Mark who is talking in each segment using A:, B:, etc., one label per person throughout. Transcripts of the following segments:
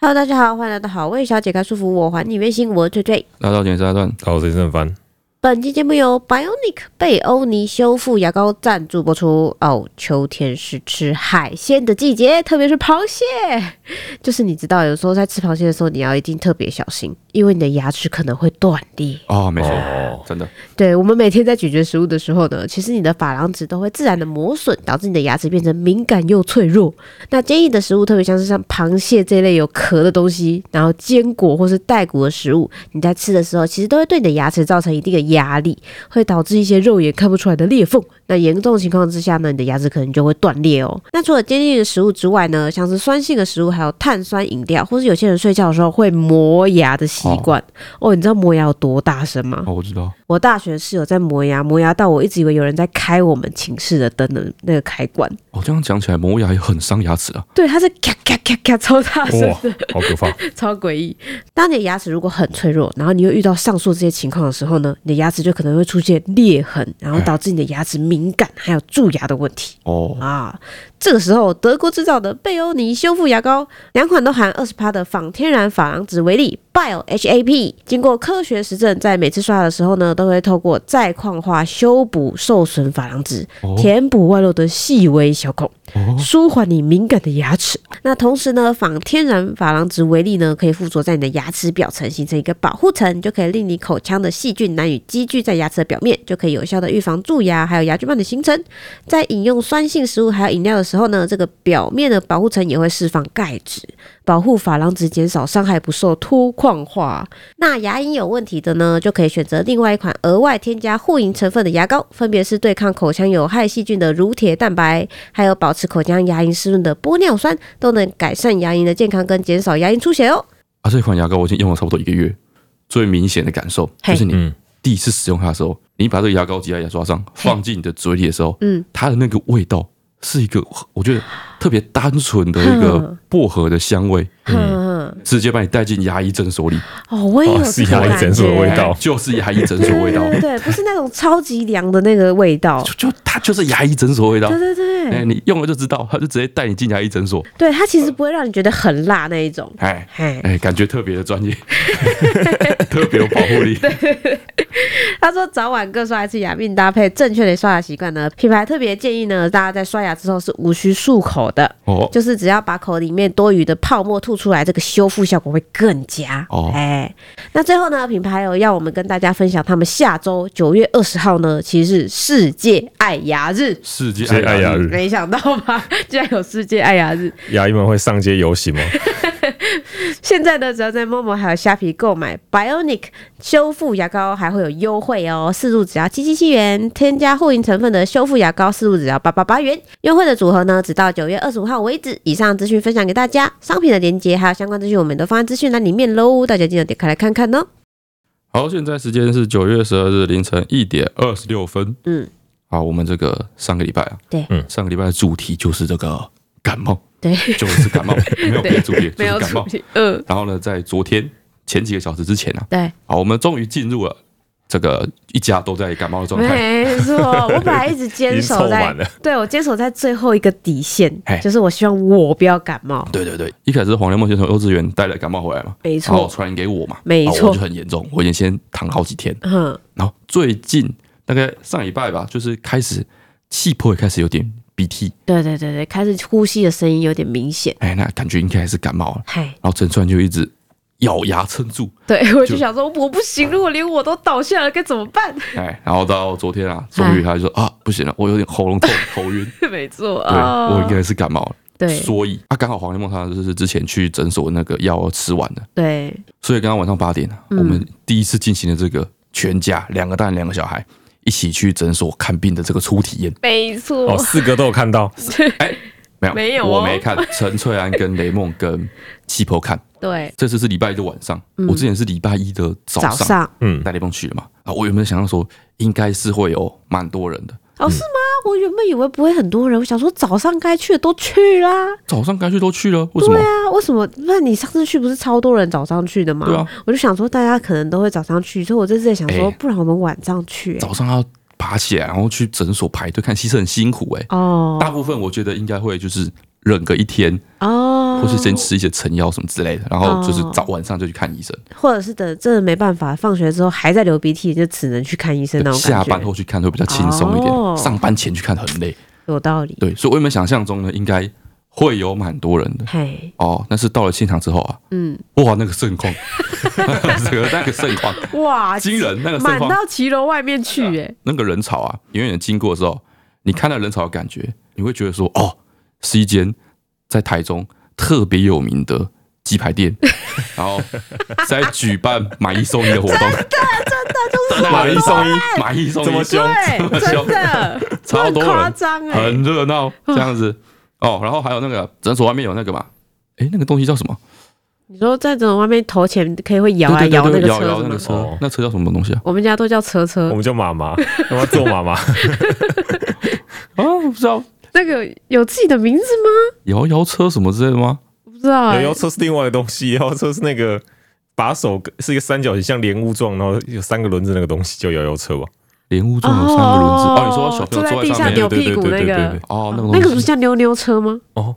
A: Hello，大家好，欢迎来到好味小姐开束缚，我还你微信，我是翠翠。
B: 大家好，今天是阿段。
C: 好，我是郑凡。
A: 本期节目由 Bionic 贝欧尼修复牙膏赞助播出。哦，秋天是吃海鲜的季节，特别是螃蟹。 就是你知道，有时候在吃螃蟹的时候，你要一定特别小心，因为你的牙齿可能会断裂。
B: 哦，没错，
C: 哦
B: 真的，
A: 对我们每天在咀嚼食物的时候呢，其实你的珐琅质都会自然的磨损，导致你的牙齿变成敏感又脆弱。那坚硬的食物，特别像是像螃蟹这类有壳的东西，然后坚果或是带骨的食物，你在吃的时候，其实都会对你的牙齿造成一定的压力，会导致一些肉眼看不出来的裂缝。那严重情况之下呢，你的牙齿可能就会断裂哦。那除了坚硬的食物之外呢，像是酸性的食物，还有碳酸饮料，或是有些人睡觉的时候会磨牙的习惯。哦，你知道磨牙有多大声吗？
B: 哦，我知道，
A: 我大学室友在磨牙，磨牙到我一直以为有人在开我们寝室的灯的那个开关。
B: 哦，这样讲起来，磨牙也很伤牙齿啊。
A: 对，它是咔咔咔咔超大声
C: 哇
A: 的，，
C: 好可怕！
A: 超诡异。当你的牙齿如果很脆弱，然后你又遇到上述这些情况的时候呢，你的牙齿就可能会出现裂痕，然后导致你的牙齿敏感，还有蛀牙的问题。
B: 哦，
A: 啊，这个时候德国制造的贝欧尼修复牙膏，两款都含二十帕的仿天然珐琅质为例，Bio HAP，经过科学实证，在每次刷牙的时候呢，都会透过再矿化修补受损珐琅质，
B: 哦
A: 填补外露的细微小孔，舒缓你敏感的牙齿。那同时呢，仿天然珐琅质为例呢，可以附着在你的牙齿表层，形成一个保护层，就可以令你口腔的细菌难以积聚在牙齿的表面，就可以有效的预防蛀牙还有牙菌斑的形成。在饮用酸性食物还有饮料的时候呢，这个表面的保护层也会释放钙质，保护珐琅质，减少伤害不受脱矿化。那牙龈有问题的呢，就可以选择另外一款额外添加护龈成分的牙膏，分别是对抗口腔有害细菌的乳铁蛋白，还有保持口腔牙龈湿润的玻尿酸，都能改善牙龈的健康跟减少牙龈出血哦。
B: 啊，这款牙膏我已经用了差不多一个月，最明显的感受
A: 嘿
B: 就是你
C: 嗯
B: 第一次使用它的时候，你把这个牙膏挤在牙刷上，
A: 嘿
B: 放进你的嘴里的时候，
A: 嗯，
B: 它的那个味道是一个我觉得特别单纯的一个
A: 哼
B: 薄荷的香味，
A: 嗯，
B: 直接把你带进牙医诊所里，啊
A: 哦，我也有
C: 哇
A: 这
C: 是
A: 种
C: 牙医
A: 感
C: 诊所的
A: 觉
C: 味道
B: 就是牙医诊所味道
A: 对，对对，不是那种超级凉的那个味道，
B: 就就它就是牙医诊所味道
A: 对。对对。
B: 哎，你用了就知道，它就直接带你进牙医诊所，
A: 对，它其实不会让你觉得很辣那一种。
B: 哎
A: 嘿，
B: 哎，感觉特别的专业， 特别有保护力。
A: 他说早晚各刷一次牙，并搭配正确的刷牙习惯呢。品牌特别建议呢，大家在刷牙之后是无需漱口的，
B: 哦，
A: 就是只要把口里面多余的泡沫吐出来，这个修复效果会更佳。
B: 哦
A: 哎，那最后呢，品牌有要我们跟大家分享，他们下周九月二十号呢，其实是世界爱牙日。
B: 世界
C: 谢谢爱
B: 嗯
C: 牙，日，
A: 没想到吧， 居然有世界爱牙日！
C: 牙医们会上街游行 吗？
A: 现在呢，只要在 Momo 还有虾皮购买 Bionic 修复牙膏，还会有优惠哦，四入只要七七七元，添加护龈成分的修复牙膏四入只要八八八元。优惠的组合呢，直到九月二十五号为止。以上资讯分享给大家，商品的链接还有相关资讯，我们都放在资讯栏里面喽，大家记得点开来看看哦。
B: 好，现在时间是九月十二日凌晨一点二十六分。
A: 嗯，
B: 好，我们这个上个礼拜啊，
A: 对
C: 嗯
B: 上个礼拜的主题就是这个感冒，
A: 对，
B: 就是 感冒， 没有别的主题，就是感冒。
A: 题，嗯，
B: 然后呢，在昨天前几个小时之前啊，
A: 对，
B: 好，我们终于进入了这个一家都在感冒的状态。
A: 没错，我本来一直
C: 已
A: 坚
C: 经
A: 守
C: 凑
A: 在
C: 满，了，
A: 对我坚守在最后一个底线
B: 嘿，
A: 就是我希望我不要感冒，
B: 对对对，一开始是黄连梦先从幼稚园带了感冒回来嘛，
A: 没
B: 然后
A: 错，
B: 传染给我嘛，
A: 没
B: 然后
A: 错
B: 我就很严重，我已经先躺好几天。
A: 嗯，
B: 然后最近大概上礼拜吧，就是开始气泡也开始有点鼻涕，
A: 对对对对，开始呼吸的声音有点明显。
B: 哎，那感觉应该还是感冒了。
A: 嗨，
B: 然后陈川就一直咬牙撑住，
A: 对我就
B: 就
A: 想说，我不行，如果连我都倒下了，该怎么办？
B: 哎，然后到昨天啊，终于他就说
A: 哎
B: 啊，不行了，我有点喉咙痛、头 晕，
A: 没错
B: 对
A: 啊，
B: 我应该是感冒了。
A: 对
B: 所以啊，刚好黄连梦他就是之前去诊所那个药吃完了，
A: 对
B: 所以刚刚晚上八点啊，
A: 嗯
B: 我们第一次进行了这个全家两个大人两个小孩一起去诊所看病的这个初体验。
A: 没错，
C: 哦，四个都有 看到，
A: 嗯
B: 没有，
A: 没有哦
B: 我没看。陈翠安跟雷梦跟七 婆看，
A: 对
B: 这次是礼拜一的晚上，我之前是礼拜一的
A: 嗯
B: 早
A: 早
B: 上
A: 上
C: 嗯，
B: 带雷梦去了嘛。啊，我原本想象说应该是会有蛮多人的，
A: 哦是吗？我原本以为不会很多人，我想说早上该去的都去啦。
B: 早上该去都去了，为什么？
A: 对啊，为什么？那你上次去不是超多人早上去的吗？
B: 对啊
A: 我就想说大家可能都会早上去，所以我这次也想说，
B: 哎
A: 不然我们晚上去、哎
B: 早上要爬起来，然后去诊所排队看，其实很辛苦哎、
A: 哦
B: 大部分我觉得应该会就是忍个一天，
A: 哦，
B: 或是先吃一些成药什么之类的，然后就是
A: 哦
B: 早晚上就去看医生，
A: 或者是等真的没办法，放学之后还在流鼻涕，就只能去看医生那种感觉。
B: 下班后去看会比较轻松一
A: 哦
B: 点，上班前去看很累。
A: 有道理，
B: 对，所以我原本想象中呢，应该会有蛮多人的
A: 嘿，
B: 哦，但是到了现场之后啊，
A: 嗯，
B: 哇，那个盛况， 那个那个盛况
A: 哇，
B: 惊人，那个盛
A: 啊满
B: 况，
A: 到骑楼外面去、哎、
B: 那个人潮啊，远远经过的时候，你看到人潮的感觉，你会觉得说，哦，是一间在台中特别有名的鸡 排店，然后在举办买一送一的活动，
A: 那就是
B: 真的买一送
C: 一，
B: 一，买一送
C: 这么
B: 一，
C: 凶
A: 对，
B: 这
A: 真
B: 么
A: 的，
B: 超多
A: 很夸
B: 人，
A: 张哎，
B: 很热闹这样子哦。然后还有那个诊所外面有那个嘛，诶，那个东西叫什么？
A: 你说在这种外面投钱可以会摇啊
B: 对对
A: 摇那
B: 对
A: 个
B: 对
A: 车
B: 摇摇
A: 子
B: 那
A: 吗
B: 个？
C: 哦
B: 车，那车叫什么东西啊？
A: 我们家都叫车车
C: 我，们叫妈妈，我要做妈妈，
B: 啊，我不知道
A: 那个有自己的名字吗？
B: 摇摇车什么之类的吗？
A: 我不知道
C: 摇
A: 哎
C: 摇，车是另外的东西，摇摇车是那个把手是一个三角形，像莲雾状，然后有三个轮子那个东西叫摇摇车 吧？
B: 莲雾状有三个轮子哦，你说小朋
A: 坐在
B: 友坐
A: 地
B: 在
A: 下
B: 上
A: 扭
B: 面
A: 屁股那
C: 对对对对
A: 个
C: 对。
B: 哦，那个
A: 那个
B: 东
A: 不
B: 西
A: 是叫妞妞车吗？
C: 哦，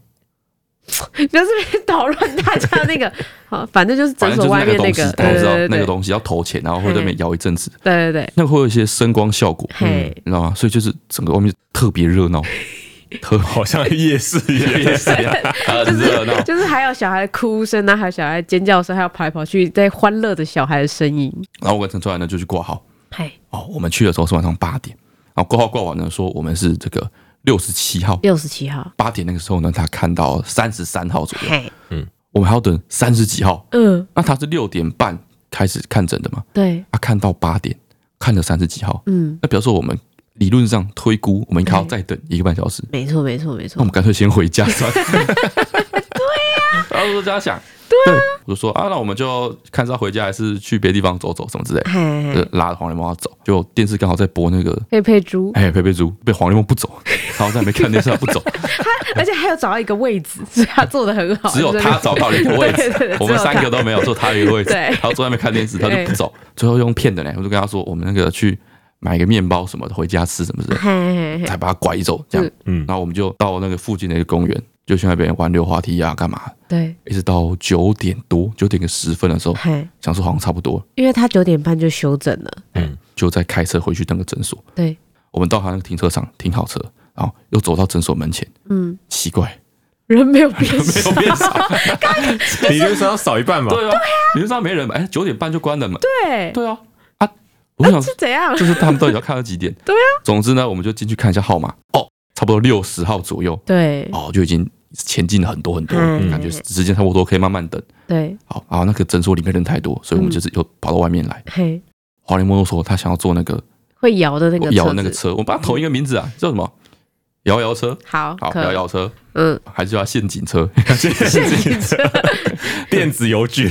A: 你在这边捣乱大家那 个，好，反正就是
B: 反
A: 诊
B: 正就
A: 所
B: 是
A: 外
B: 那
A: 面那
B: 个东西，
A: 个，
B: 大家
A: 对
B: 知道
A: 对
B: 那
A: 对
B: 个东西要投钱，然后会在那边摇一阵子，
A: 对对对，
B: 那个会有一些声光效果，嗯
A: 嘿，
B: 你知道吗？所以就是整个外面特别热 闹，特
C: 好像夜市一样。
B: 别是很热闹。
A: 就是还有小孩哭声啊，还有小孩尖叫声，还有跑来跑去在欢乐的小孩的声音。
B: 然后我跟陈川呢就去挂号，
A: 嗨，
B: 哦，我们去的时候是晚上八点，然后挂号挂完呢，说我们是这个六十七号，
A: 六十七号，
B: 八点那个时候呢，他看到三十三号左右，
A: 嗨，
B: 我们还要等三十几号，
A: 嗯，
B: 那他是六点半开始看诊的嘛，
A: 对，
B: 他看到八点，看了三十几号，
A: 嗯，
B: 那比方说我们理论上推估，我们应该要再等一个半小时，
A: 没错，没错，没
B: 那我
A: 错
B: 们，干脆先回家算。 对呀、然后我就这样想，对,、我就说啊，那我们就看是要回家还是去别的地方走走什么之类的，
A: 嗨，
B: 就拉着黄连猫要走，就电视刚好在播那个。
A: 可以配猪，
B: 哎，佩佩猪被黄连梦不走，然后在那边看电视，他不走，
A: 而且还有找到一个位置，所以他做的很好，
B: 只有
A: 就是
B: 他找到了一个位
A: 对对对
B: 置，我们三个都没有，就他一个位置，
A: 对
B: 然后坐在那边看电视，他就不走，最后用骗的呢，我就跟他说，我们那个去买个面包什么的，回家吃什么之类 的
A: 嗨嗨嗨，
B: 才把他拐走，这样
A: 是，
C: 嗯
B: 嗯，然后我们就到那个附近的一个公园，就去那边玩溜滑梯啊，干嘛，
A: 对，
B: 一直到九点多，九点个十分的时候，
A: 嗨，
B: 想说好像差不多了，
A: 因为他九点半就休整了，
B: 就再开车回去那个诊所。
A: 对，
B: 我们到他那个停车场停好车，然后又走到诊所门前，
A: 嗯，
B: 奇怪，
A: 人没有变
B: 没有变少，
C: 理论上要少一半吧？
B: 对啊，你就知道没人嘛，哎，九点半就关了门，
A: 对，
B: 对啊，啊，我想
A: 是怎样？
B: 就是他们到底要看到几点？
A: 对
B: 啊，总之呢，我们就进去看一下号码，哦，差不多六十号左右，
A: 对
B: 哦，就已经前进了很多很多，
A: 嗯
B: 感觉时间差不多可以慢慢等。
A: 对，
B: 好，然后那个诊所里面人太多，所以我们就是又跑到外面来。
A: 嘿，
B: 华联摩托说他想要坐那个
A: 会摇的那个
B: 摇
A: 车
B: 那个
A: 子
B: 车，我把它同一个名字啊，叫什么？摇摇车，
A: 好，
B: 好，
A: 可以
B: 摇，摇车，
A: 嗯，
B: 还是叫它陷阱车，
C: 电子邮 局，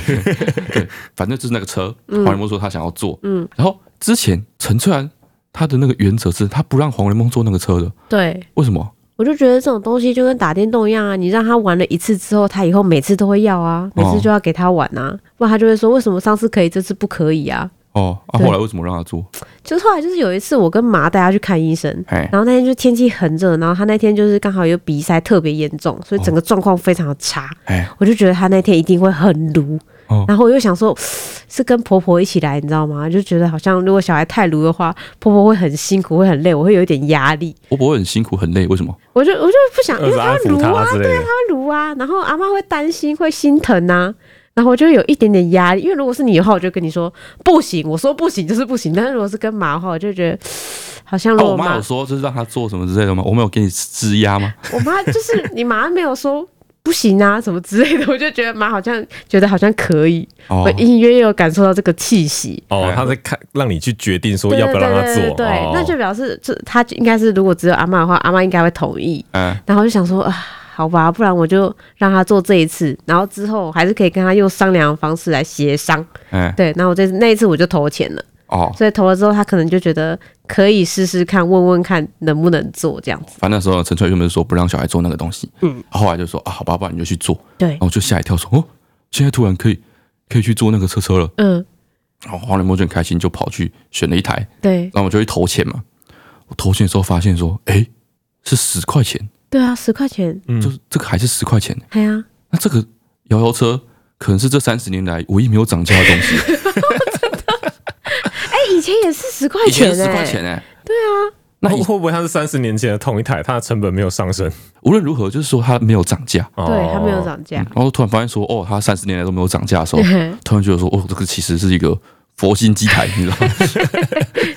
B: 反正就是那个车。
A: 嗯
B: 黄连梦说他想要坐，
A: 嗯，
B: 然后之前陈翠兰她的那个原则是她不让黄连梦坐那个车的，
A: 对。
B: 为什么？
A: 我就觉得这种东西就跟打电动一样啊，你让他玩了一次之后，他以后每次都会要啊，每
B: 哦
A: 次就要给他玩啊，不然他就会说为什么上次可以，这次不可以啊？
B: 哦，啊，
A: 对
B: 后来为什么让他坐？
A: 就是后来就是有一次我跟麻带他去看医生，
B: 哎，
A: 然后那天就天气很热，然后他那天就是刚好有鼻塞特别严重，
B: 哦
A: 所以整个状况非常的差，
B: 哎，
A: 我就觉得他那天一定会很撸，
B: 哦
A: 然后我又想说 是跟婆婆一起来，你知道吗？就觉得好像如果小孩太撸的话，婆婆会很辛苦，会很累，我会有一点压力。
B: 我不会很辛苦很累，为什么？
A: 我就我就不想，因
C: 儿
A: 为
C: 子
A: 他
C: 安
A: 会
C: 抚
A: 撸啊，
C: 他之类的。
A: 如啊，然后阿妈会担心，会心疼呐、然后我就有一点点压力，因为如果是你的话，我就跟你说不行，我说不行就是不行。但是如果是跟妈的话，我就觉得 好像如
B: 啊，
A: 果
B: 我妈有说就是让他做什么之类的吗？我没有给你施压吗？
A: 我妈就是你妈没有说不行啊什么之类的， 我就觉得妈好像觉得好像可以，
B: 哦
A: 我，隐隐约约有感受到这个气息。
C: 哦，他在看，让你去决定说要不要让他
A: 对对对
C: 做。
A: 对对
C: 哦
A: 那就表示这她应该是如果只有阿妈的话，阿妈应该会同意。
B: 哎，
A: 然后就想说啊，好吧，不然我就让他做这一次，然后之后还是可以跟他用商量的方式来协商。
B: 哎，
A: 对，然后我这次那一次我就投钱了，
B: 哦，
A: 所以投了之后，他可能就觉得可以试试看，问问看能不能做这样子。
B: 反正那时候陈翠原本是说不让小孩做那个东西，嗯，后来就说啊，好吧，不然你就去做，
A: 对
B: 然，后就吓一跳说哦，现在突然可以可以去做那个车车了，哦
A: 嗯，
B: 然后黄连梦就很开心，就跑去选了一台，
A: 对，
B: 然后我就去投钱嘛，我投钱的时候发现说，哎、是十块钱，
A: 对啊，十块钱，
C: 嗯
B: 就是这个还是十块钱、
A: 哎呀，
B: 那这个摇摇车可能是这三十年来唯一没有涨价的东西，
A: 哎，以前也是十块
B: 以前
A: 钱，
B: 十块
A: 哎，
B: 钱哎、那
C: 那
B: 以
C: 会不会它是三十年前的同一台，它的成本没有上升？
B: 无论如何就是说它没有涨价。
C: 哦
A: 对，它没有涨价
B: 嗯，然后突然发现说，哦，它三十年来都没有涨价的时 候，
A: 嗯
B: 突然觉得说，哦，这个其实是一个佛心机台，你知道 吗？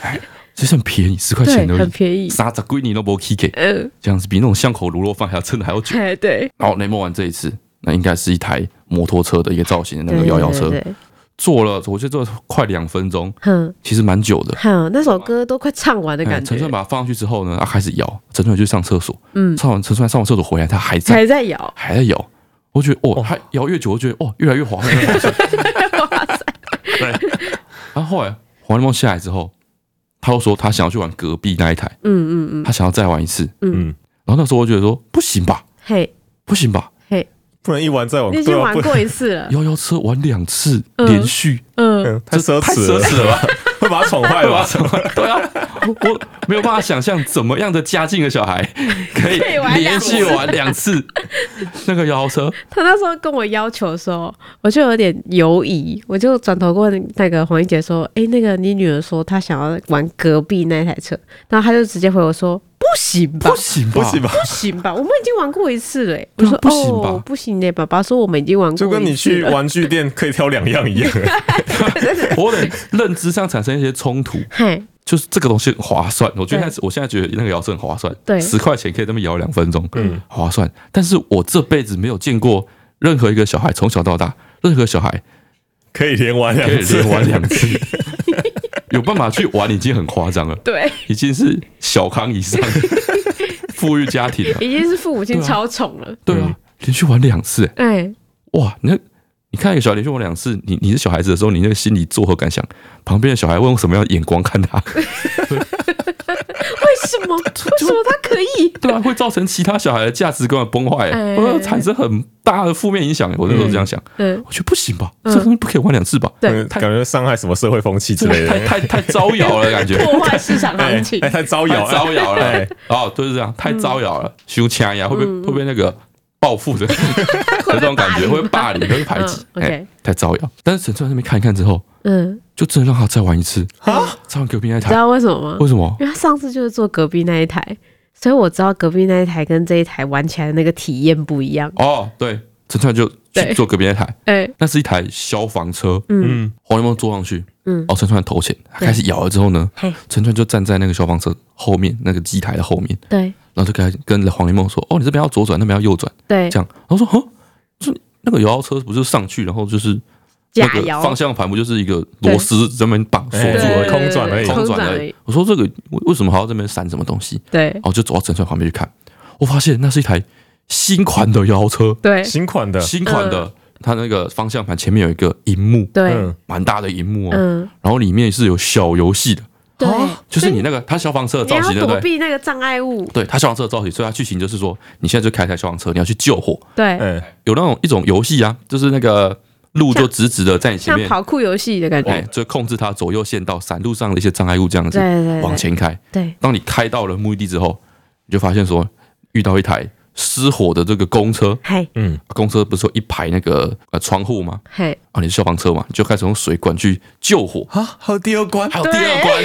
B: 哎其实很便宜，十块
A: 对
B: 钱，而
A: 很
B: 已，
A: 便宜，
B: 啥子龟你都不 k 给，
A: 嗯，
B: 这样子比那种巷口卤肉饭还要撑的还要久。
A: 哎，对，
B: 然后雷梦完这一次，那应该是一台摩托车的一个造型的那个
A: 对
B: 摇摇，车
A: 对，对对
B: 坐了，我觉得坐了快两分钟，
A: 哼，
B: 其实蛮久的。
A: 哼，那首歌都快唱完的
B: 哎
A: 感
B: 陈
A: 觉
B: 川，把它放上去之后呢，他开始摇，陈川就去上厕所，
A: 嗯，
B: 上完陈川上完厕所回来，他还在
A: 还在摇，
B: 还在摇。我觉得哦，
C: 哦
B: 他摇越久，我觉得哦，越来越划算。越来越划算 然后后来黄立梦下来之后，他又说他想要去玩隔壁那一台，
A: 嗯嗯嗯，
B: 他想要再玩一次。
C: 嗯，
B: 然后那时候我觉得说不行吧，
A: 嘿，
B: 不行吧，
C: 不然一玩
B: 哦
C: 再玩，
A: 你已
C: 对
A: 经
C: 啊
A: 玩
C: 不
A: 过一次了，
B: 摇摇车玩两次
A: 嗯
B: 连续，
A: 嗯，
C: 嗯太奢
B: 太
C: 侈
B: 奢
C: 了，哎
B: 侈了吧？
C: 会 把它宠 坏
B: 对吧
C: 吧？？
B: 对啊，我我没有办法想象怎么样的家境的小 孩可以
A: 可以玩两
B: 连
A: 次
B: 续玩两次那个摇摇车，
A: 他那时候跟我要求的时候，我就有点犹疑，我就转头问那个黄英姐说：“哎、那个你女儿说她想要玩隔壁那台车。”然后她就直接回我说：“不行吧，
B: 不行吧？
C: 不行吧？
A: 不行吧，我们已经玩过一次了、欸。”我
B: 对啊
A: 说：“
B: 不行吧
A: 哦，不行呢、爸爸说我们已经玩过一次
C: 就
A: 了，
C: 跟你去玩具店可以挑两样一 样，
B: 我得认知上产生一些冲突。
A: 嘿，
B: 就是这个东西很划算，我觉得
A: 对
B: 现在我现在觉得那个摇车很划算，
A: 对
B: 十块钱可以这么摇两分钟，嗯
C: 嗯，
B: 划算。但是我这辈子没有见过任何一个小孩从小到大，任何小孩
C: 可以连玩两
B: 可以
C: 次，
B: 连玩 两次，有办法去玩已经很夸张了，
A: 对，
B: 已经是小康 以上富裕家庭了，
A: 已经是父母亲
B: 对啊
A: 超宠了。
B: 对啊，连续玩两次、欸，
A: 哎、
B: 哇，你那你看一个小孩连续玩两次，你你是小孩子的时候，你那个心里作何感想？旁边的小孩会用什么样的眼光看他？
A: 为什么？为什么他可以？
B: 对啊，会造成其他小孩的价值观的崩坏，
A: 哎
B: 会产生很大的负面影响。我那时候这样想，
A: 嗯，
B: 我觉得不行吧，这个东西不可以玩两次吧，
A: 对
C: 嗯感觉伤害什么社会风气之
B: 这
C: 类
B: 个
C: 的
B: 太。太太招摇了， 感觉
A: 破坏市场
C: 哎
A: 行情。
C: 哎，太招
B: 太
C: 摇，
B: 招摇了
C: 哎。
B: 哦，就是这样，太招摇了，
A: 嗯
B: 胸腔呀，会被会被那个报复的 这种感觉，会被霸凌，会被排挤，
A: 嗯，OK
B: 哎，太招摇。但是陈川那边看一看之后，
A: 嗯，
B: 就真的让他再玩一次，
C: 啊！
B: 再玩隔壁那一
A: 你知
B: 台，
A: 道为什么吗？
B: 为什么？
A: 因为他上次就是坐隔壁那一台，所以我知道隔壁那一台跟这一台玩起来的那个体验不一样。
B: 哦，对，陈川就去
A: 对
B: 坐隔壁那台，
A: 哎、
B: 那是一台消防车，
C: 嗯，
B: 黄连梦坐上去，
A: 嗯
B: 哦，陈川投钱，他开始摇了之后呢
A: 嘿，
B: 陈川就站在那个消防车后面那个机台的后面，
A: 对
B: 然后就跟他跟黄连梦说：“哦，你这边要左转，那边要右转。”
A: 对
B: 这，样，然后说：“哦，这那个摇摇车不就上去，然后就是那
A: 假
B: 个
A: 摇
B: 方向盘不就是一个螺丝专门绑锁住而
C: 对
B: 已，
C: 空转而已
B: 空转而
A: 而
B: 已
A: 已。”
B: 我说：“这个为为什么还要这边闪什么东西
A: 对？”
B: 然后就走到陈川旁边去看，我发现那是一台新款的摇摇车，
A: 对
C: 哎新款的，
B: 新款的，它那个方向盘前面有一个荧幕，
A: 嗯对，
C: 嗯，
B: 蛮大的荧幕哦。
A: 嗯，
B: 然后里面是有小游戏的，啊
A: 对，
B: 就是你那个它消防车的
A: 你
B: 造
A: 要
B: 型，对
A: 躲
B: 不对？
A: 避那个障碍物。
B: 对，它消防车的造型，所以它剧情就是说，你现在就开台消防车，你要去救火，
A: 对，
C: 哎，
B: 有那种一种游戏啊，就是那个路就直直的在你前
A: 像
B: 面，
A: 跑酷游戏的感觉。
B: 哎，就控制它左右线道、闪路上的一些障碍物这样子
A: 对对
B: 往
A: 对
B: 前开。
A: 对，
B: 当你开到了目的地之后，你就发现说遇到一台失火的这个公车，
A: 嘿
C: 嗯，
B: 公车不是有一排那个呃窗户吗？
A: 嘿，
B: 啊，你是消防车嘛，你就开始用水管去救火。
C: 啊，还有第二关，
B: 还有第二关，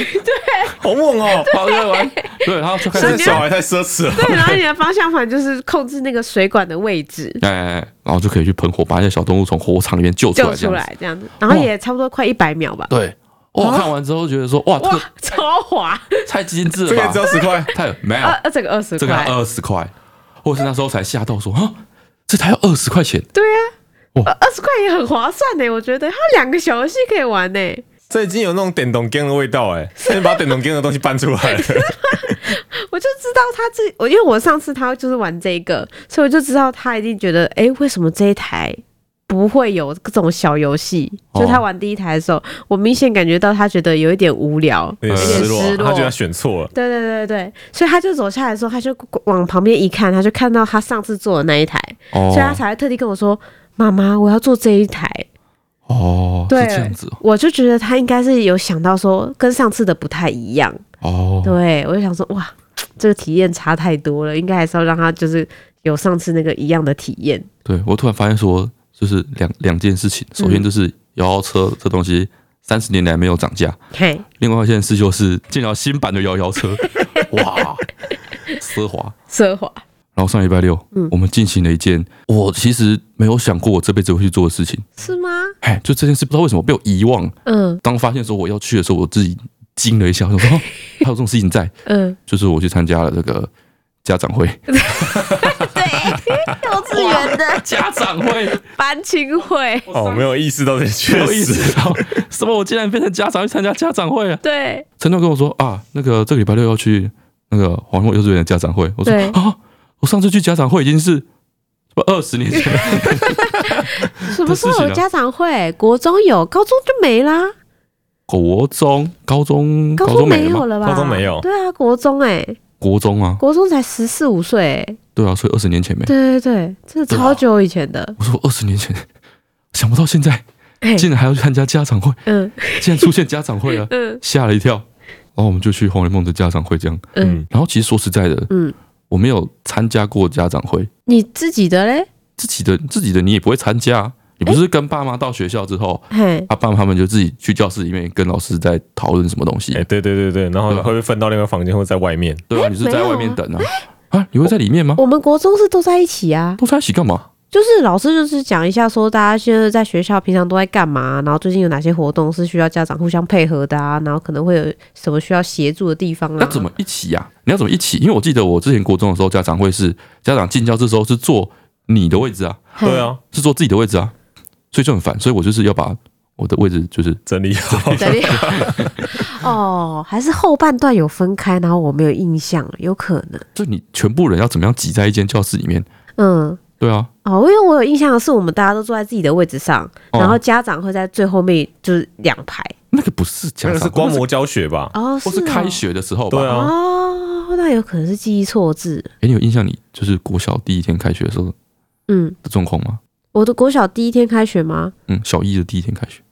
C: 好猛哦！
B: 好热玩，对，然后就开
C: 这
B: 始
C: 小孩太奢侈了，
A: 对，然后你的方向盘就是控制那个水管的位置。
B: 哎哎，哎然后就可以去喷火，把那些小动物从火场里面救出
A: 救
B: 来，这
A: 出
B: 样子。
A: 来这样子，然后也差不多快一百秒吧。
B: 对，我看完之后觉得说，哇，这
A: 哇
B: 个，
A: 超滑！
B: 太精致
C: 这
B: 了
C: 个只
B: 吧
C: 要？十块，
B: 太没有
A: 呃，，呃这个二十
B: 这个要
A: 块，
B: 二十块，或是那时候才吓到说，啊，这台要二十块钱，
A: 对啊
B: 哇，
A: 二十块也很划算欸呢，我觉得它两个小游戏可以玩欸呢。
C: 这已经有那种电动 game 的味道哎，先把电动 game 的东西搬出来了，
A: 我就知道他这，我因为我上次他就是玩这个，所以我就知道他一定觉得，哎、为什么这一台不会有这种小游戏？
B: 哦
A: 就他玩第一台的时候，我明显感觉到他觉得有一点无聊。
C: 有点啊
B: 失
A: 落
C: 他觉得他选错了，
A: 对对对对对，所以他就走下来的时候，他就往旁边一看，他就看到他上次坐的那一台，
B: 哦
A: 所以他才会特地跟我说：“妈妈，我要坐这一台。”
B: 哦，是
A: 对
B: 这样子哦
A: 我就觉得他应该是有想到说跟上次的不太一样，
B: 哦，
A: 对，我就想说，哇，这个体验差太多了，应该还是要让他就是有上次那个一样的体验。
B: 对我突然发现说，就是两两件事情，首先就是摇摇车这东西三十年来没有涨价，
A: 嘿，
B: 另外一件事就是见到新版的摇摇 车，哇，奢华。
A: 奢华，
B: 然后上礼拜六，我们进行了一件我其实没有想过我这辈子会去做的事情，
A: 是吗？
B: 哎，就这件事不知道为什么被我遗忘。
A: 嗯
B: 当发现说我要去的时候，我自己惊了一下，我 想说、哦、还有这种事情在，
A: 嗯，
B: 就是我去参加了这个家长会，
A: 对，幼稚园的
B: 家长会，
A: 班亲会，
C: 哦，没有意识到这
B: 没
C: 确
B: 有意
C: 实
B: 识到什么，我竟然变成家长去参加家长会啊！
A: 对，
B: 陈总跟我说啊，那个这个礼拜六要去那个黄宏幼稚园的家长会，我说
A: 对
B: 啊，我上次去家长会已经是二十年前了，
A: 什么时
B: 这事
A: 候
B: 情
A: 有
B: 啊
A: 家长会？国中有，高中就没啦，
B: 国中、高中、
A: 高
B: 中
A: 没
B: 没了
A: 有
B: 吗？
A: 了吧？
C: 高中没有
A: 对啊，国中哎、
B: 国中啊，
A: 国中才十四五岁哎，
B: 对啊，所以二十年前没。
A: 对对对，真的
B: 对啊
A: 超久以前的，
B: 我说二十年前，想不到现在
A: 哎、
B: 竟然还要去参加家长会，
A: 嗯
B: 竟然出现家长 会了，啊
A: 嗯
B: 吓了一跳。然后我们就去黄雷梦的家长会这样。
A: 嗯
B: 然后其实说实在的，
A: 嗯，
B: 我没有参加过家长会，
A: 你自己的嘞？
B: 自己的自己的你也不会参加啊，你不是跟爸妈到学校之后，
A: 嘿，
B: 啊，爸妈他们就自己去教室里面跟老师在讨论什么东西
C: 哎、，对对对对，然后
B: 对吧
C: 会被分到另外房间或者在外面，
B: 对吧？你是在外面等哎啊？啊，你会在里面吗？
A: 我们国中是都在一起啊，
B: 都在一起干嘛？
A: 就是老师就是讲一下说大家现在在学校平常都在干嘛，然后最近有哪些活动是需要家长互相配合的啊，然后可能会有什么需要协助的地方啊。
B: 那怎么一起呀、你要怎么一起？因为我记得我之前国中的时候，家长会是家长进教室的时候是坐你的位置啊，
A: 嘿？
C: 对啊，
B: 是坐自己的位置啊，所以就很烦。所以我就是要把我的位置就是
C: 整理 好，
A: 怎么样，哦，还是后半段有分开，然后我没有印象，有可能。
B: 就你全部人要怎么样挤在一间教室里面？
A: 嗯，
B: 对啊，
A: 哦，因为我有印象的是，我们大家都坐在自己的位置上，
B: 哦
A: 然后家长会在最后面就是两排。
B: 那个不是家
C: 那个
B: 长，
C: 是光模教学吧？
A: 哦，
B: 或是 啊
A: 哦
B: 开学的时候吧。
C: 对啊，
A: 哦，那有可能是记忆错字。
B: 哎、你有印象你就是国小第一天开学的时候
A: 嗯，
B: 的状况吗？
A: 我的国小第一天开学吗？
B: 嗯，小一的第一天开学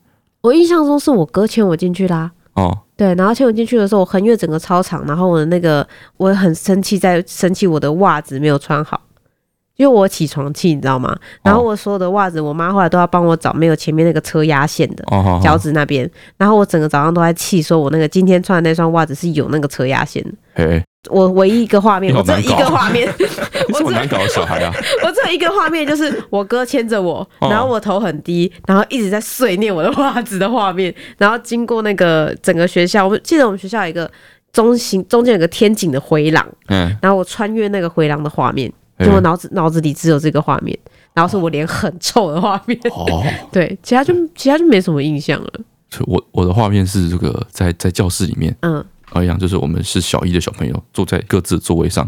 A: 我印象中是我哥牵我进去啦。
B: 哦，
A: 对，然后牵我进去的时候，我横越整个操场，然后我的那个我很生气，在生气我的袜子没有穿好，因为我有起床气，你知道吗？然后我所有的袜子，我妈后来都要帮我找没有前面那个车压线的
B: 哦，好
A: 脚
B: 好，
A: 趾那边，然后我整个早上都在气，说我那个今天穿的那双袜子是有那个车压线的。
B: 哎，
A: 我唯一一个画面，
B: 你好
A: 我只有
B: 难
A: 一
B: 搞
A: 个画面，
B: 你
A: 我
B: 什么
A: 只
B: 难搞的小孩啊？
A: 我只有一个画面，就是我哥牵着我，
B: 哦
A: 然后我头很低，然后一直在碎念我的袜子的画面，然后经过那个整个学校，我记得我们学校有一个中型中间有个天井的回廊，
B: 嗯，
A: 然后我穿越那个回廊的画面，
B: 哎
A: 就我脑子脑子里只有这个画面，然后是我脸很臭的画面，
B: 哦，
A: 对，其他就其他就没什么印象了，
B: 所以我我的画面是这个在在教室里面。
A: 嗯
B: 然后一样就是我们是小一的小朋友坐在各自的座位上，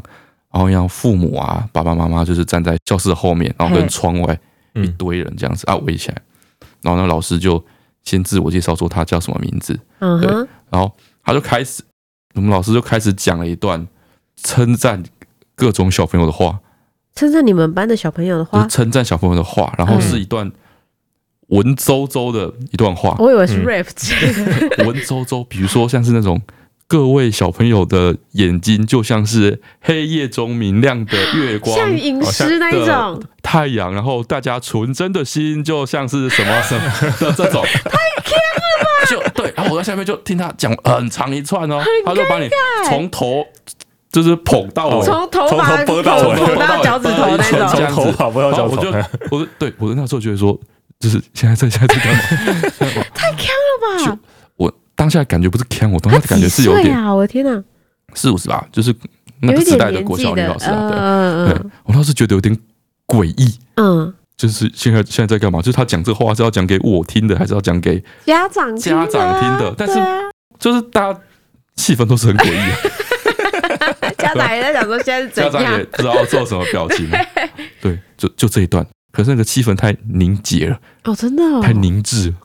B: 然后一样父母啊爸爸妈妈就是站在教室的后面，然后跟
A: 嘿
B: 窗外
C: 嗯
B: 一堆人这样子啊围起来，然后呢老师就先自我介绍说他叫什么名字，
A: 嗯
B: 对
A: 哼，
B: 然后他就开始我们老师就开始讲了一段称赞各种小朋友的话，
A: 称赞你们班的小朋友的
B: 就是
A: 话，
B: 称赞小朋友的话，然后
A: 嗯
B: 是一段文绉绉的一段话，
A: 我以为是
C: 嗯
A: rap 之类的，
B: 文绉绉，比如说像是那种各位小朋友的眼睛就像是黑夜中明亮的月 光，
A: 像吟诗那一
B: 好
A: 种，
B: 太阳，然后大家纯真的心就像是什么什么的这种，太天了吧？就对，然后我在下面就听他讲很长一串哦，他就把你从头就是捧到尾，
A: 从头发
C: 从头拨到尾
A: 捧到脚趾 头那
B: 从头
A: 种
B: 这。样
C: 从
B: 子
C: 头发不到
B: 然后
C: 脚
B: 我就
C: 趾，
B: 我就对我那时候觉得说，就是现在在现在在干嘛？
A: 吧
B: 就我当下感觉不是坑，我当下感觉是有
A: 几岁
B: 点
A: 啊！我的天哪，
B: 四五十吧，就是那
A: 有
B: 个
A: 一
B: 时
A: 点
B: 代的
A: 年
B: 国
A: 纪
B: 小女
A: 的，
B: 老师啊，对
A: 嗯
B: 对，我当时觉得有点诡异，
A: 嗯，
B: 就是现在现在在干嘛？就是他讲这话是要讲给我听的，还是要讲给？
A: 家长听的啊
B: 家长听的但是
A: 对啊
B: 就是大家气氛都是很诡 异的，
A: 家长也在想说现在是
B: 家
A: 怎
B: 长也
A: 样，
B: 不知道做什么表情 啊。对，就就这一段，可是那个气氛太凝结了，
A: 哦，真的哦
B: 太凝滞了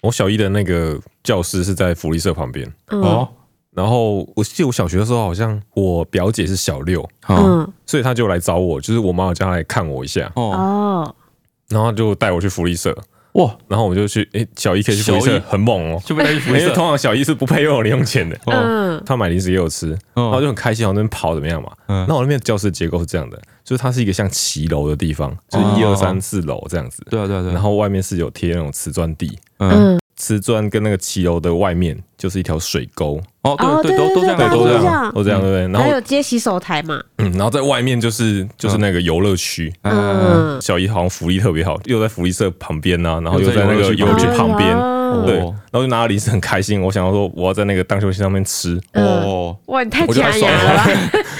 C: 我小一的那个教室是在福利社旁边，
A: 嗯
B: 哦。
C: 然后我记得我小学的时候，好像我表姐是小六，
B: 好
A: 嗯
C: 所以她就来找我，就是我妈妈叫她来看我一下，
B: 哦哦
A: 哦
C: 然后她就带我去福利社，
B: 哇，
C: 然后我就去，哎，小一可以去福利
B: 小
C: 社
B: 一
C: 很猛哦，
B: 就被带去福
C: 因
B: 利
C: 为
B: 社
C: 通。常小一是不配拥有零用钱
B: 哦
C: 的，
A: 嗯，
C: 他买零食也有吃，然后就很开心，往那边跑怎么样嘛？
B: 嗯
C: 那我那边的教室结构是这样的，就是它是一个像骑楼的地方，就是
B: 哦
C: 一二三四楼这样子，
B: 对啊，对啊，对啊。
C: 然后外面是有贴那种瓷砖地，
B: 嗯，
A: 嗯，
C: 瓷砖跟那个骑楼的外面就是一条水沟，
B: 哦，对
A: 哦对
B: 都都
A: 对
B: 这样，
A: 对
B: 都
A: 对
B: 这
A: 对
B: 样。啊嗯
A: 样
C: 都这样对不对？然
A: 还
C: 后
A: 有接洗手台嘛，
C: 嗯，然后在外面就是就是那个游乐区。
B: 嗯，
A: 嗯，
C: 小姨好像福利特别好，又在福利社旁边呐、啊，然后
B: 又
C: 又
B: 在
C: 在那个
B: 游
C: 游
B: 乐
C: 乐
B: 区
C: 区旁边，
A: 哦
C: 对，
B: 哦
C: 然后就拿了零食很开心。我想要说我要在那个荡秋千上面吃，
A: 嗯，
B: 哦，
A: 哇，你太
C: 我就
A: 假
C: 来爽
A: 牙了吧，
C: 了，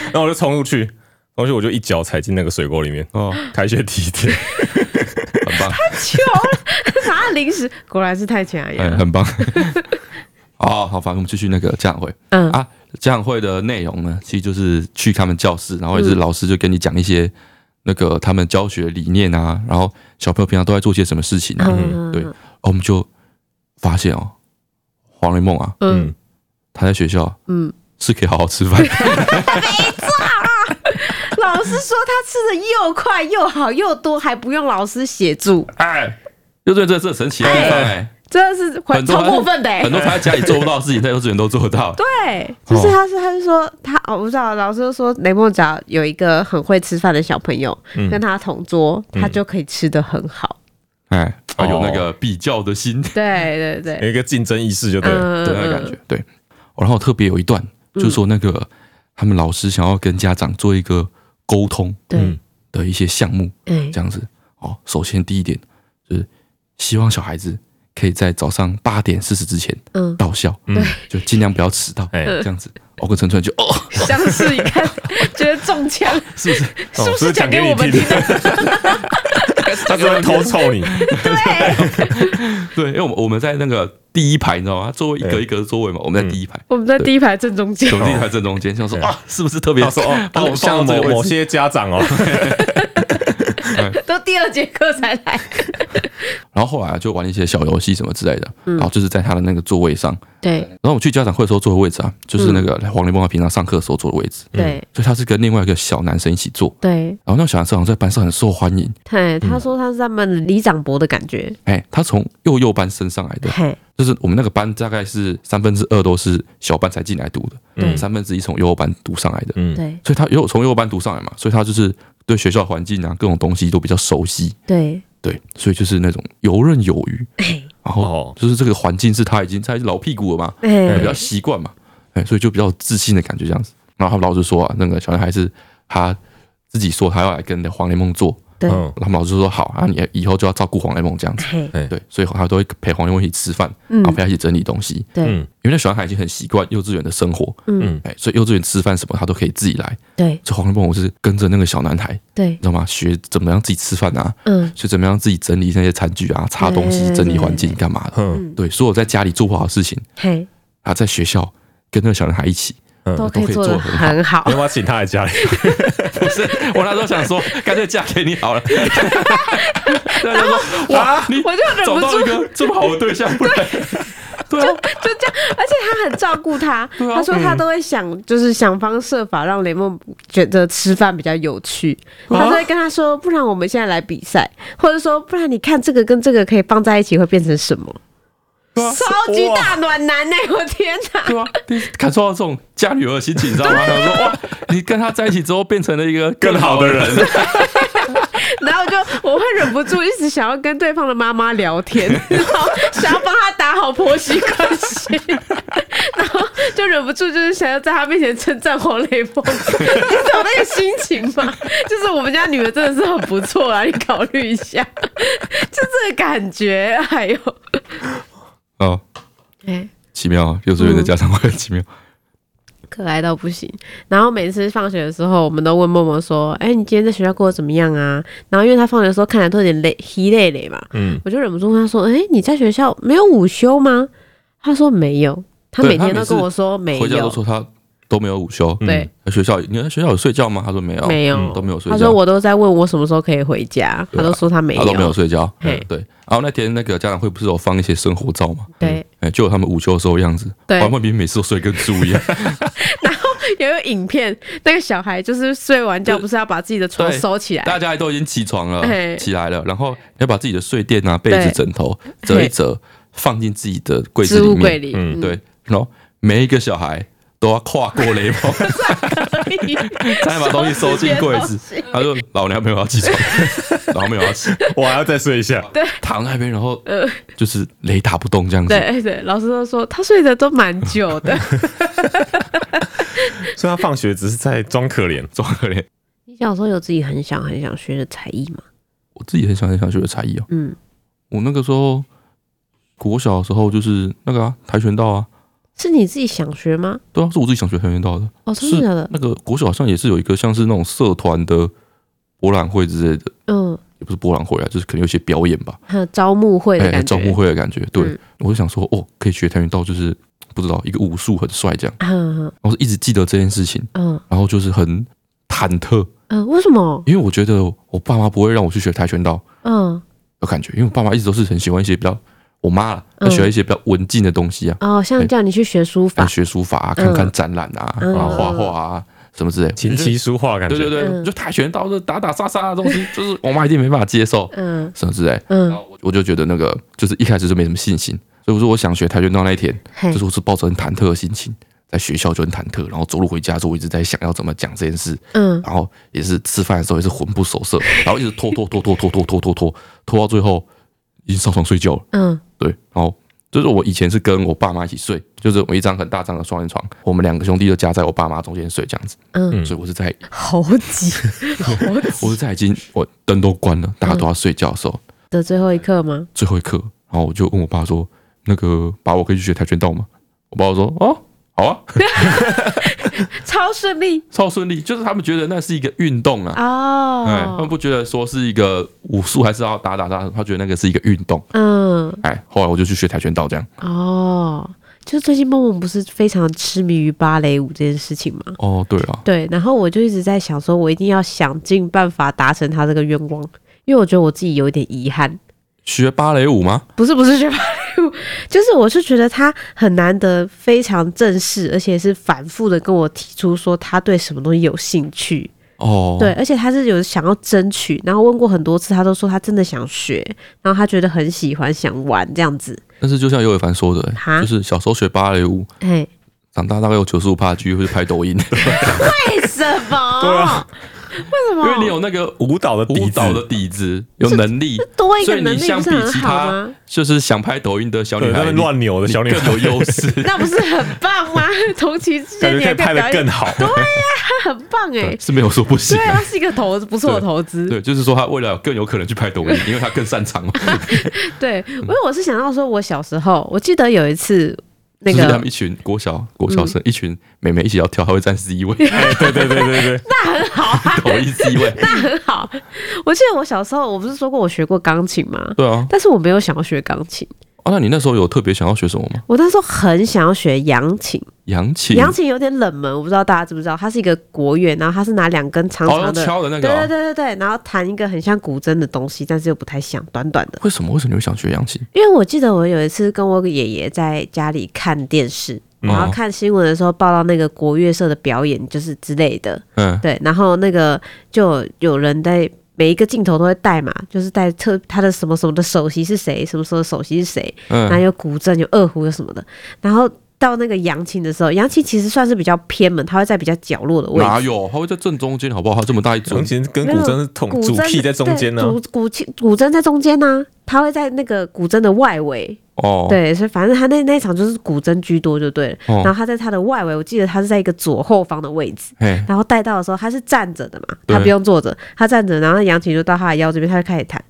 C: 然后我就冲出去，然后就我就一脚踩进那个水沟里面，
B: 哦，
C: 开学第一天，
B: 很棒，
A: 球拿零食，果然是太假牙
B: 哎，
A: 了，
B: 很棒。 好好，反正我们继续那个家长会
A: 嗯
B: 啊，家长会的内容呢，其实就是去他们教室，然后也是
A: 嗯
B: 老师就跟你讲一些那个他们教学理念啊，然后小朋友平常都在做些什么事情啊，
A: 嗯，
B: 对，我们就发现哦，黄雷梦啊，
A: 嗯
C: 嗯，
B: 他在学校
A: 嗯，
B: 是可以好好吃饭，
A: 老师说他吃的又快又好又多，还不用老师协助，
B: 哎， 就对这这神奇的地方哎，
A: 真的是
B: 很多
A: 超
B: 他
A: 过分的、
B: 很
A: 欸。
B: 多他在家里做不到的事情，在幼稚园都做到，
A: 对，就是他是他是说他哦，我不知道，老师就说雷梦只要有一个很会吃饭的小朋友、跟他同桌，他就可以吃的很好。
B: 哎，啊有
C: 哦
B: 那个比较的心，
A: 对对对，
C: 有一个竞争意识就哎对了。
A: 嗯，
B: 的那个感觉。对，哦然后特别有一段，就是说那个他们老师想要跟家长做一个沟通
A: 嗯，
B: 的一些项目，
A: 对，
B: 这样子。哦，首先第一点就是希望小孩子可以在早上八点四十之前
A: 嗯
B: 到校，
C: 嗯，
B: 就尽量不要迟到，
C: 哎
B: 这样子。我跟陈春就哦，
A: 哎，相似你看，觉得中枪，
B: 是不是？
C: 哦
A: 是不
C: 是
A: 是讲给
C: 讲给
A: 我
C: 你
A: 们
C: 听
A: 听的？
C: 他就会偷臭你，
A: 对，
B: 对，因为我们我们在那个第一排，你知道吗？座位一个一个座位嘛，我们在第一排，
A: 我们在第一排正中间
B: 我。们第一排正中间，想说啊，是不是特别
C: 他说哦，
B: 把我
C: 他
B: 们
C: 像
B: 放到这
C: 某
B: 个位
C: 某
B: 置？
C: 些家长哦，
A: 都第二节课才来。
B: 然后后来就玩一些小游戏什么之类的，然后就是在他的那个座位上，
A: 对
B: 然后我去家长会的时候坐的位置啊，就是那个黄连梦他平常上课的时候坐的位置，
A: 对
B: 所以他是跟另外一个小男生一起坐。
A: 对，
B: 然后那个小男生好像在班上很受欢迎，
A: 嘿，他说他是他们李长博的感觉。
B: 哎，他从幼幼班升上来的，
A: 嘿，
B: 就是我们那个班大概是三分之二都是小班才进来读的，
A: 对
B: 三分之一从幼幼班读上来的，
C: 嗯，
A: 对
B: 所以他有从幼幼班读上来嘛，所以他就是对学校环境啊各种东西都比较熟悉，
A: 对，
B: 对，所以就是那种游刃有余，然后
C: 哦
B: 就是这个环境是他已经他已经老屁股了嘛，
A: 哎
B: 比较习惯嘛，哎，所以就比较有自信的感觉这样子。然后他们老师说啊，那个小男孩是他自己说他要来跟黄雷梦做，
A: 对，
C: 嗯，
B: 他们老师说好啊，你以后就要照顾黄雷梦这样子。
A: 嘿，
B: 对，所以他都会陪黄雷梦一起吃饭，
A: 嗯
B: 然后陪他一起整理东西。
A: 对
C: 嗯
B: 因为那小男孩已经很习惯幼稚园的生活，
A: 嗯
B: 哎，所以幼稚园吃饭什么他都可以自己来。
A: 对
B: 所以黄雷梦我是跟着那个小男孩，你
A: 对，
B: 知道吗？学怎么样自己吃饭啊，
A: 嗯
B: 学怎么样自己整理那些餐具啊、擦东西、
A: 对
B: 整理环境干嘛的。
C: 嗯，
B: 对，所有在家里做不好的事情，
A: 嘿，
B: 他在学校跟那个小男孩一起，
A: 都可以
B: 嗯都可以
A: 做
B: 做
A: 的
B: 得很
A: 很好
C: 要。不要请他来家里？
B: 不是，我那时候想说，干脆嫁给你好了。大家说，哇，啊你
A: 我就忍
B: 找
A: 不
B: 到一
A: 住，
B: 个这么好的对象，不然，
A: 就这
B: 对啊，
A: 样，而且他很照顾他。
B: 对啊
A: 他说他都会想，就是想方设法让雷梦觉得吃饭比较有趣。
B: 啊
A: 他都会跟他说，不然我们现在来比赛，或者说不然你看这个跟这个可以放在一起会变成什么？
B: 对啊，
A: 超级大暖男呢、欸我天哪！
B: 对啊，你感受到这种嫁女儿的心情，你知道 吗？想说，哇，你跟他在一起之后变成了一个更好的人，
A: 然后我就我会忍不住一直想要跟对方的妈妈聊天，然后想要帮他打好婆媳关系，然后就忍不住就是想要在他面前称赞黄磊峰， 你懂那个心情吗？就是我们家女儿真的是很不错啊，你考虑一下，就这个感觉，还有，
B: 哦，
A: 哎、
B: 奇妙啊，幼稚园
A: 嗯
B: 的家长会很奇妙。
A: 可爱到不行。然后每次放学的时候，我们都问默默说：“哎、你今天在学校过得怎么样啊？”然后因为他放学的时候看起来都有点累，疲累累嘛，
C: 嗯，
A: 我就忍不住问他说：“哎、你在学校没有午休吗？”他说：“没有。”他
B: 对
A: 每天
B: 他每
A: 都
B: 次
A: 跟我说没
B: 回家都
A: 有，
B: 说他都没有午休，
A: 对，
B: 在学校，你在学校有睡觉吗？他说没有，
A: 没有
B: 嗯都没有睡
A: 他
B: 觉。
A: 说我都在问我什么时候可以回家，
B: 对
A: 他
B: 啊
A: 都说他没有，
B: 他都没有睡觉，
A: 嘿
B: 对。然后那天那个家长会不是有放一些生活照吗？嗯
A: 对，
B: 哎，就有他们午休的时候的样子，
A: 对
B: 黄冠斌每次都睡跟猪一样，
A: 有一个影片，那个小孩就是睡完觉，
B: 对
A: 不是要把自己的床
B: 对
A: 收起来，
B: 大家都已经起床
A: 嘿
B: 了，起来了，然后要把自己的睡垫啊、被子、
A: 对
B: 枕头折一折，放进自己的柜子
A: 置
B: 里
A: 物柜
B: 面。
A: 里，
C: 嗯
B: 对，然后每一个小孩都要跨过雷 锋，才把东西收进柜子。
A: 哦
B: 他说：“老娘没有要 起床，老娘没有要起，
C: 我还要再睡一下。
B: 躺在那边，然后就是雷打不动这样子。”
A: 呃对对，老师都说他睡得都蛮久的。
C: 所以他放学只是在装可怜，
B: 装可怜。
A: 你小时候有自己很想很想学的才艺吗？
B: 我自己很想很想学的才艺哦。
A: 嗯，
B: 我那个时候国小的时候就是那个啊，跆拳道啊，
A: 是你自己想学吗？
B: 对啊，是我自己想学跆拳道的。
A: 哦，真
B: 是
A: 的假的？
B: 那个国小好像也是有一个像是那种社团的博览会之类的，
A: 嗯，
B: 也不是博览会啊，就是可能有一些表演吧，
A: 还有招募会的
B: 哎，
A: 感觉。
B: 招募会的感觉。对，
A: 嗯
B: 我就想说，哦，可以学跆拳道，就是不知道一个武术很帅这样。
A: 嗯
B: 然后一直记得这件事情，
A: 嗯
B: 然后就是很忐忑，
A: 嗯，为什么？
B: 因为我觉得我爸妈不会让我去学跆拳道，
A: 嗯
B: 有感觉，因为我爸妈一直都是很喜欢一些比较，我妈啦，
A: 嗯
B: 她喜欢一些比较文静的东西啊，
A: 哦，像叫你去学书法
B: 像，学书法啊，
A: 嗯
B: 看看展览啊，
A: 嗯
B: 啊画画啊什么之类的。
C: 琴棋书画感觉。
B: 对对对，
A: 嗯
B: 就跆拳道就打打杀杀的 东西，就是我妈一定没办法接受
A: 嗯
B: 什么之类的。然
A: 嗯，
B: 后我我就觉得那个就是一开始就没什么信心，所以我说我想学跆拳道那一天，
A: 嘿
B: 就是我是抱着很忐忑的心情，在学校就很忐忑，然后走路回家的时候我一直在想要怎么讲这件事，
A: 嗯
B: 然后也是吃饭的时候也是魂不守 舍，然后一直拖拖拖拖拖拖拖拖拖拖到最后已经上床睡觉了。
A: 嗯
B: 对，然后就是我以前是跟我爸妈一起睡，就是我一张很大张的双人床，我们两个兄弟就夹在我爸妈中间睡这样子，
A: 嗯，
B: 所以我是在
A: 猴急，猴
B: 我
A: 急
B: 是在已经我灯都关了，大家都要睡觉的时候，
A: 的最后一刻吗？
B: 最后一刻，然后我就问我爸说，那个爸，我可以去学跆拳道吗？我爸说，哦，好啊，
A: 超顺利
B: 超顺利，就是他们觉得那是一个运动啊。哎，他们
A: 哦，
B: 不觉得说是一个武术，还是要打打打，他觉得那个是一个运动。
A: 嗯
B: 哎，后来我就去学跆拳道，这样。
A: 哦，就最近梦梦不是非常痴迷于芭蕾舞这件事情吗？
B: 哦，对啊，
A: 对，然后我就一直在想，说我一定要想尽办法达成他这个愿望，因为我觉得我自己有一点遗憾。
B: 学芭蕾舞吗？
A: 不是不是学芭蕾舞， 就是我是觉得他很难得非常正式，而且是反复的跟我提出说他对什么东西有兴趣。
B: 哦，
A: 对，，而且他是有想要争取，然后问过很多次，他都说他真的想学，然后他觉得很喜欢想玩这样子。
B: 但是就像尤伟凡说的、哎
A: 哈
B: 就是小时候学芭蕾舞，
A: 哎，
B: 长大大概有九十五趴的机会会拍抖音，
A: 为哎什么？
C: 对啊
A: 为什
B: 因
A: 么？
B: 为你有那个
C: 舞蹈的底子
B: 舞蹈的底子，有能力，
A: 多一
B: 所
A: 个
B: 以
A: 能
B: 你
A: 力
B: 相
A: 不
B: 比
A: 是很
B: 其
A: 好
B: 他
A: 吗？
B: 就是想拍抖音的小
C: 对
B: 女
C: 在那
B: 孩，
C: 边
B: 你
C: 乱扭的小女孩
B: 你更有优 势。
A: 那不是很棒吗？同期之间
C: 感
A: 你
C: 觉可
A: 还
C: 以拍
A: 表
C: 的
A: 演啊
C: 更好。
A: 很棒哎、
B: 对是没有说不行
A: 对
B: 啊、
A: 啊，是一个投不错的投资。
B: 对，就是说他未来更有可能去拍 抖音，因为他更擅长嘛。
A: 对，
B: 嗯
A: 因为我是想到说，我小时候，我记得有一次 那
B: 就是 他们
A: 个
B: 一群国小国小生，一群妹妹一起要跳，他会站 C 位，
C: 哎对对对对对，
B: 抖音 C 位。
A: 很好，我记得我小时候，我不是说过我学过钢琴吗？
B: 对啊，
A: 但是我没有想要学钢琴，
B: 哦，那你那时候有特别想要学什么吗？
A: 我那时候很想要学扬琴。
B: 扬琴，
A: 扬琴有点冷门，我不知道大家知不知道，它是一个国乐，然后它是拿两根长
B: 哦，
A: 长
B: 要
A: 的，
B: 敲的那
A: 对
B: 个、
A: 对对对
B: 哦。
A: 对，然后弹一个很像古筝的东西，但是又不太像，短短的。
B: 为什么？为什么你会想学扬琴？
A: 因为我记得我有一次跟我爷爷在家里看电视，
C: 嗯
A: 然后看新闻的时候报到那个国乐社的表演，就是之类的，
B: 嗯，
A: 对，然后那个就有人在。每一个镜头都会带嘛，就是带特他的什么什么的首席是谁，什么什么首席是谁，然后
B: 嗯，
A: 有古筝，有二胡，有什么的。然后到那个扬琴的时候，扬琴其实算是比较偏门，它会在比较角落的位置
B: 哪。有？他会在正中间，好不好？他这么大一尊
C: 中，间跟古筝是同
A: 古
C: 主
A: 筝
C: key 在中间啊
A: 对，
C: 呢
A: 古古琴古筝在中间呢、它会在那个古筝的外围，
B: 哦，，
A: 对，所以反正他那那一场就是古筝居多就对了。
B: 哦
A: 然后他在他的外围，我记得他是在一个左后方的位置。
B: 嘿，
A: 然后带到的时候，他是站着的嘛，
B: 对
A: 他不用坐着，他站着，然后扬琴就到他的腰这边，他就开始弹。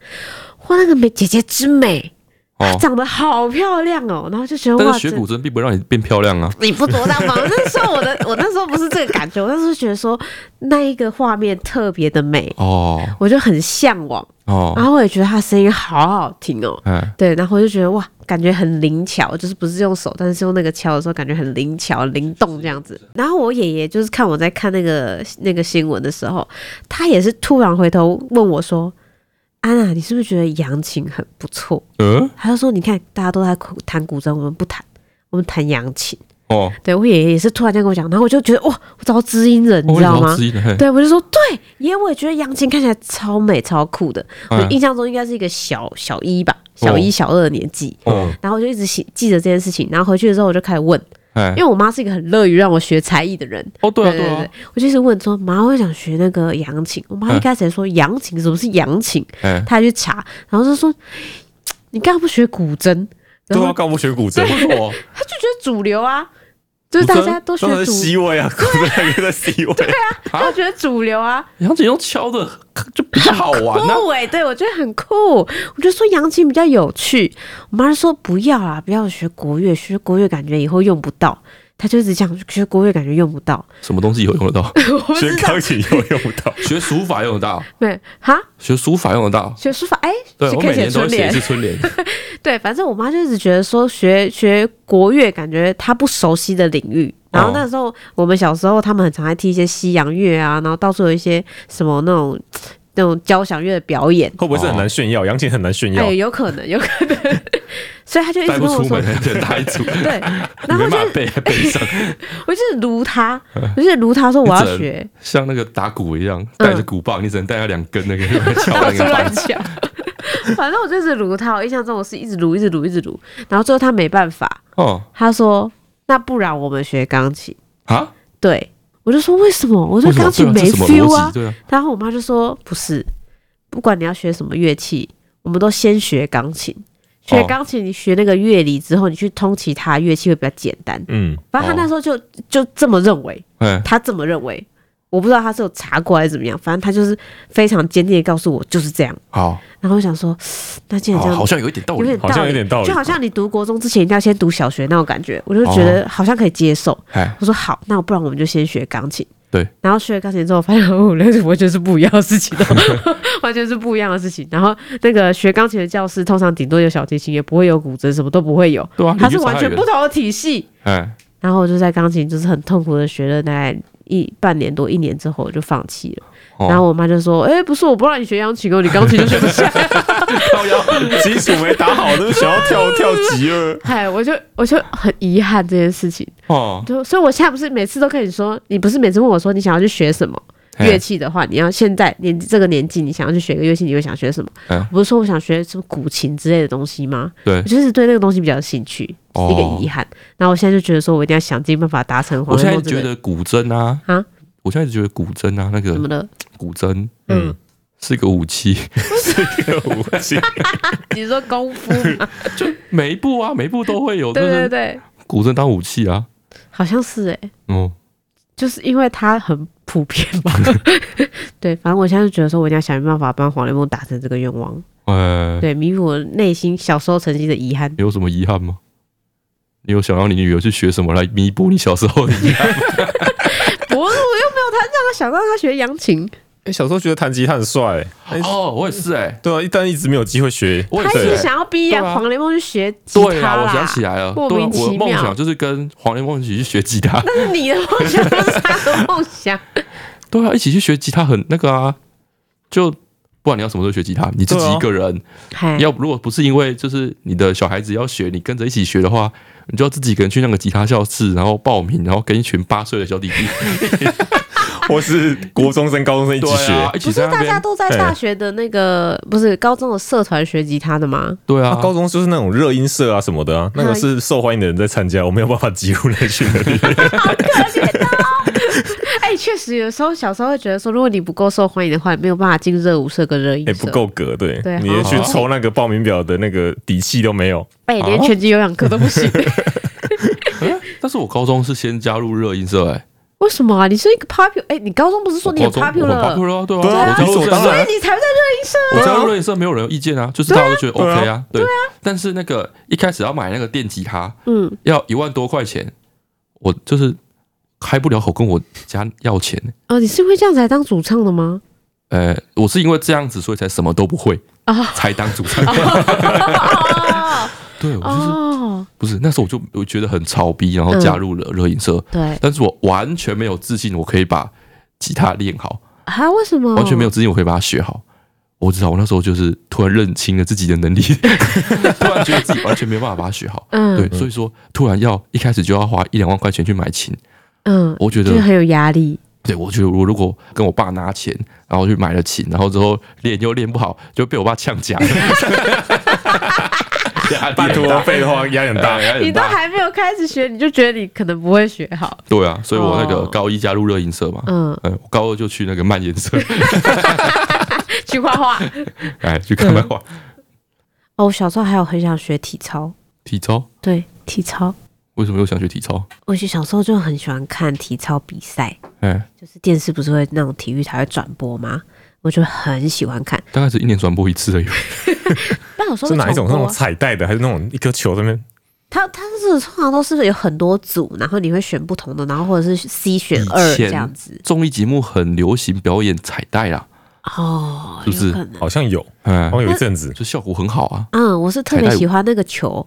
A: 哇，那个美姐姐之美，她
B: 哦，
A: 长得好漂亮哦，然后就觉得
B: 但
A: 哇，
B: 是学
A: 真
B: 古筝并不会让你变漂亮啊。
A: 你不多大方。那时候 我的我那时候不是这个感觉，我那时候觉得说那一个画面特别的美，
B: 哦
A: 我就很向往，然
B: 哦，
A: 后我也觉得她声音好好听哦，
B: 哎，
A: 对，然后我就觉得哇，感觉很灵巧，就是不是用手，但是用那个敲的时候，感觉很灵巧、灵动这样子。然后我爷爷就是看我在看那个那个新闻的时候，他也是突然回头问我说：“安娜，你是不是觉得扬琴很不错
B: 嗯，？”
A: 他就说：“你看，大家都在弹古筝，我们不弹，我们弹扬琴。”
B: 哦，
A: 对我也也是突然间跟我讲，然后我就觉得哇，我找知音人，你
B: 我
A: 知
B: 也
A: 道
B: 好
A: 吗？
B: 质疑的，嘿，
A: 对，我就说对，因为我也觉得杨琴看起来超美超酷的，我
B: 嗯
A: 印象中应该是一个小小一吧，小
B: 哦
A: 一小二的年纪。
B: 哦，
A: 然后我就一直记记着这件事情，然后回去的时候我就开始问，
B: 哎
A: 因，为我妈是一个很乐于让我学才艺的人。
B: 哦，对啊，对
A: 对
B: 啊，
A: 我就是问说，妈，我想学那个扬琴。我妈一开始也说扬琴什么是扬琴，
B: 哎，
A: 她还去查，然后就说你干嘛不学古筝？然
C: 对
A: 后
C: 啊，干嘛不学古筝？
B: 为什么？
A: 她就觉得主流啊，就是大家都学
C: 当然
A: 主
C: 是 C 位啊，古筝还在 C 位，
A: 她觉得主流啊，
B: 杨景用敲的就比较好玩啊 呢。
A: 酷哎、对我觉得很酷。我就说扬琴比较有趣，我妈就说不要啦，不要学国乐，学国乐感觉以后用不到。她就一直讲学国乐感觉用不到，
B: 什么东西有用得 到？
A: 我不
C: 学
A: 知道
C: 钢。琴又用不到。
B: 学书法用得到，
A: 对，哈，
B: 学书法用得到。
A: 学书法哎，
B: 对
A: 是
B: 我
A: 可以
B: 每
A: 写
B: 年都
A: 春
B: 会写一
A: 联
B: 次。春联。
A: 对，反正我妈就一直觉得说学学国乐，感觉她不熟悉的领域。然后
B: 哦
A: 那时候我们小时候，他们很常爱听一些西洋乐啊，然后到处有一些什么那种那种交响乐的表演。
C: 会不会是很难炫耀？杨琴很难
B: 嗯
C: 炫耀
A: 哎，，有可能，有可能。 所以他就一直
B: 带
A: 跟
B: 不
A: 我
B: 出
A: 说
B: 门，，对，带组，
A: 对，
B: 你
A: 然后
B: 没
A: 我就
B: 办法背在背上，
A: 我就是撸他，
B: 嗯
A: 我就是撸他说我要
B: 你只能
A: 学，
B: 像那个打鼓一样，带着鼓
A: 嗯
B: 棒，你只能带那两根 那个敲那个棒。
A: 讲。 反正我就是撸他，我印象中我是一直撸，一直撸，一直撸，然后最后他没办法，
B: 哦，
A: 他说那不然我们学钢琴，
B: 啊，
A: 对我就说为什么？我
B: 为
A: 说
B: 什么
A: 钢琴
B: 对啊
A: 没
B: 这什么逻
A: feel
B: 辑
A: 啊。
B: 对啊，
A: 然后我妈就说不是，不管你要学什么乐器，我们都先学钢琴。学
B: 哦
A: 钢琴，你学那个乐理之后，你去通其他乐器会比较简单。
C: 嗯，
A: 反正他
B: 哦
A: 那时候就就这么认为，
B: 哎，
A: 他这么认为，我不知道他是有查过还是怎么样，反正他就是非常坚定的告诉我就是这样。
B: 好，
A: 然后我想说，那既然这
B: 好
A: 样
B: 好，像有一点道
A: 有
B: 理
A: 点。
C: 哦好像有点道理
A: 就好像你读国中之前一定要先读小学那种感觉，我就觉
C: 哦
A: 得好像可以接受。
B: 哎，
A: 我说好，那不然我们就先学钢琴。
B: 对，
A: 然后学了钢琴之后，发现哦，那是完全是不一样的事情哦， 完全是不一样的事情。然后那个学钢琴的教室通常顶多有小提琴，也不会有古筝，什么都不会有，
C: 哦
B: 对啊，
A: 它
B: 你
A: 是
B: 就差
A: 完全
B: 太
A: 不
B: 远
A: 同的体系。
B: 哎，
A: 然后我就在钢琴就是很痛苦的学了大概一半年多一年之后，我就放弃了。
B: 哦
A: 然后我妈就说：“哎、不是我不让你学钢琴哦，你钢琴就学不下。
C: 靠腰基础没打好，都想要跳跳级了”。
A: 哎，我就 我就很遗憾这件事情。
B: 哦，
A: 就所以，我现在不是每次都跟你说，你不是每次问我说你想要去学什么
B: 哎
A: 乐器的话，你要现在年纪这个年纪，你想要去学个乐器，你会想学什么？
B: 嗯
A: 我不是说我想学什么古琴之类的东西吗？
B: 对
A: 我，就是对那个东西比较有兴趣，
B: 哦
A: 一个遗憾。然后我现在就觉得说，我一定要想尽办法达成黄
B: 我
A: 飞
B: 现在
A: 鸿这
B: 觉
A: 个
B: 得古筝啊，
A: 啊，
B: 我现在觉得古筝啊，那
A: 什么
B: 个
A: 的，
B: 古筝
A: 嗯，
B: 是个武器，
C: 我去
A: 你说功 夫嘛，
B: 就每一步啊，每一步都会有，就
A: 对对
B: 是
A: 对。
B: 古筝当武器啊，
A: 好像是哎、
B: 哦，
A: 就是因为它很普遍 吧。对，反正我现在就觉得说，我一定要想办法帮黄连梦达成这个愿望，
B: 哎，
A: 对，弥补我内心小时候曾经的遗 憾。
B: 你有什么遗憾吗？你有想让你女儿去学什么来弥补你小时候的遗憾？
A: 不是，我又没有他让他想让他学扬琴，
C: 哎，小时候觉得弹吉他很帅，哎
B: 哦，我也是哎、
C: 对啊，但一直没有机会学。
B: 我也
A: 他一
B: 是、
A: 直
B: 欸。
A: 想要逼
B: 对啊
A: 啊黄连梦去学吉
B: 对
A: 他
B: 啦，
A: 啦。
B: 我想起来了，
A: 莫
B: 对啊
A: 名，其
B: 我的梦
A: 妙
B: 想就是跟黄连梦一起去学吉他。
A: 那是你的梦想，不是他的梦 想。
B: 对啊，一起去学吉他很那个啊，就不然你要什么时候学吉他？你自己
C: 对啊
B: 一个人，
A: 嗨，
B: 要如果不是因为就是你的小孩子要学，你跟着一起学的话，你就要自己一个人去那个吉他教室，然后报名，然后跟一群八岁的小弟弟
C: 或是国中生、高中生一起
B: 对啊
C: 学。
A: 不
B: 一起
A: 是
B: 在那
A: 大家
B: 边。
A: 都在大学的那个，不是高中的社团学吉他的吗？
B: 对
C: 啊
B: 啊，，
C: 高中就是那种热音社啊什么的啊，那个是受欢迎的人在参加，我没有办法挤入那群人里。
A: 哎、确实，有时候小时候会觉得说，如果你不够受欢迎的话，你没有办法进热舞社跟热音
B: 哎
A: 社。
C: 也不够格，对
A: 对，
C: 你连
B: 好
C: 去抽那个报名表的那个底气都没有。
A: 哎，
B: 啊
A: 连拳击有氧课都不 行，
B: 但是我高中是先加入热音社，哎，
A: 为什么啊？你是一个 popular，哎，你高中不是说你
B: 我
A: 很
B: 高中我
A: popular，
B: popular 啊，对
C: 对
B: 啊，
C: 啊
B: 我加
C: 理
B: 入
C: 所
B: 热
C: 当
B: 音
C: 然
B: 社
A: 所以你才在热音社
B: 我加入热音社没有人有意见啊，就是大家都觉得
C: 对啊
B: OK 啊，对。但是那个一开始要买那个电吉他，
A: 嗯，
B: 要一万多块钱，我就是开不了口跟我家要钱。
A: 哦，你是因为这样才当主唱的吗？
B: 呃，我是因为这样子，所以才什么都不会
A: 啊
B: 才当 主唱。
A: 哦
B: 对，我就是
A: 哦，
B: 不是那时候我就我觉得很超逼，然
A: 嗯
B: 后加入了热音社，
A: 对，
B: 但是我完全没有自信，我可以把吉他练好，
A: 啊，为什么？
B: 完全没有自信，我可以把它学好。我知道，我那时候就是突然认清了自己的 能力，突然觉得自己完全没有办法把它学好。
A: 嗯
B: 对，所以说突然要一开始就要花一两万块钱去买琴，
A: 嗯，
B: 我觉
A: 就
B: 得
A: 是很有压力。
B: 对，我觉得我如果跟我爸拿钱，然后去买了琴，然后之后练又练不好，就被我爸呛讲。
C: 拜托，废话压力很大
B: 大。压力
A: 你
B: 很
A: 都
B: 大。
A: 还没有开始学，你就觉得你可能不会学好。
B: 对啊，所以我那个
A: 哦
B: 高一加入热音社嘛，
A: 嗯，
B: 嗯，我高二就去那个漫研社，
A: 去画画。
B: 哎，去看漫画、
A: 哦，我小时候还有很想学体操，
B: 体操。
A: 对，体操。
B: 为什么又想学体操？
A: 我是小时候就很喜欢看体操比赛，
B: 哎，
A: 就是电视不是会那种体育台会转播吗？我就很喜欢看。
B: 大概只一年转播一次而已。
A: 但有时候
C: 是
A: 会
C: 哪一
A: 重
C: 种？那
A: 播
C: 种
A: 啊
C: 彩带的，还是那种一颗球在那边
A: 它它是通常都是有很多组，然后你会选不同的，然后或者是 C 选二
B: 以前
A: 这样子。
B: 综艺节目很流行表演彩带啦，
A: 哦，
B: 是不是
A: 有可能。
C: 好像有，
B: 嗯
C: 好，像有一阵子
B: 就效果很好啊。
A: 嗯，我是特别喜欢那个球，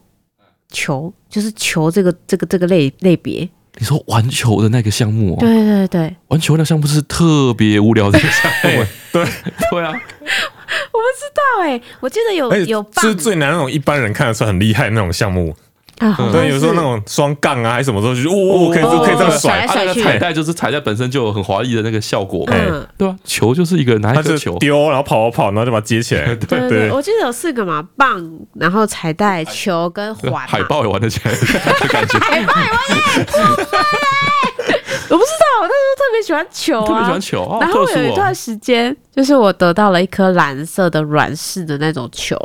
A: 球就是球这个这个这个类类别。
B: 你说玩球的那个项目、哦，
A: 对对对，
B: 玩球那项目是特别无聊的一个项
C: 哦
B: 目。欸
C: 对，
B: 对啊，
A: 我不知道哎、我记得有
C: 而
A: 有
C: 且
A: 棒
C: 是最难那种一般人看得出来很厉害的那种项目，
A: 啊，好像
C: 对，有时候那种双杠啊，还是什么时候，就是哦，可以
A: 哦
C: 可以这样
A: 甩来，
B: 它
C: 甩
B: 那个
A: 去
B: 彩带就是彩带本身就有很华丽的那个效果嘛。
C: 哎
A: 嗯。
B: 对啊，球就是一个拿
C: 他
B: 一颗
C: 就
B: 球，
C: 丢，然后跑跑跑，然后就把它接起来。
A: 对对
C: 对
A: 对，我记得有四个嘛，棒，然后彩带、球跟环啊嘛。
B: 呃
A: 哎
B: 海报也玩得 起来的感觉。
A: 海报，我不知道，我那时候特别喜欢球
B: 特别
A: 啊，
B: 喜欢球，哦
A: 然
B: 特
A: 后
B: 殊
A: 有一段
B: 哦。
A: 时间，就是我得到了一颗蓝色的软式的那种球，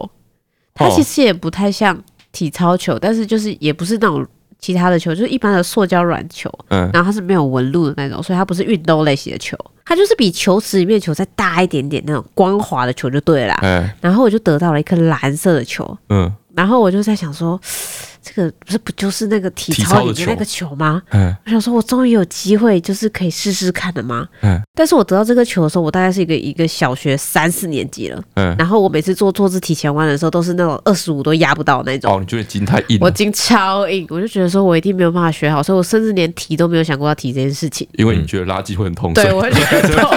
A: 它
B: 哦
A: 其实也不太像体操球，但是就是也不是那种其他的球，就是一般的塑胶软球，
B: 嗯，
A: 然后它是没有纹路的那种，所以它不是运动类型的球，它就是比球池里面的球再大一点点那种光滑的球就对了啦。
B: 哎，
A: 然后我就得到了一颗蓝色的球，
B: 嗯，
A: 然后我就在想说， 这个不是不就是那个体
B: 体
A: 操
B: 操
A: 里
B: 的
A: 面
B: 球
A: 那个球吗？
B: 哎，
A: 我想说，我终于有机会，就是可以试试看了吗？
B: 嗯
A: 但是我得到这个球的时候，我大概是一个一个小学三四年级了。
B: 嗯，
A: 然后我每次做坐姿体前弯的时候，都是那种二十五都压不到那种，
B: 哦，你觉得筋太硬
A: 我
B: 了，
A: 筋超硬，我就觉得说我一定没有办法学好，所以我甚至连提都没有想过要提这件事情。
B: 因为你觉得垃圾会很痛，
A: 对，
B: 嗯所以
A: 我 会觉得痛，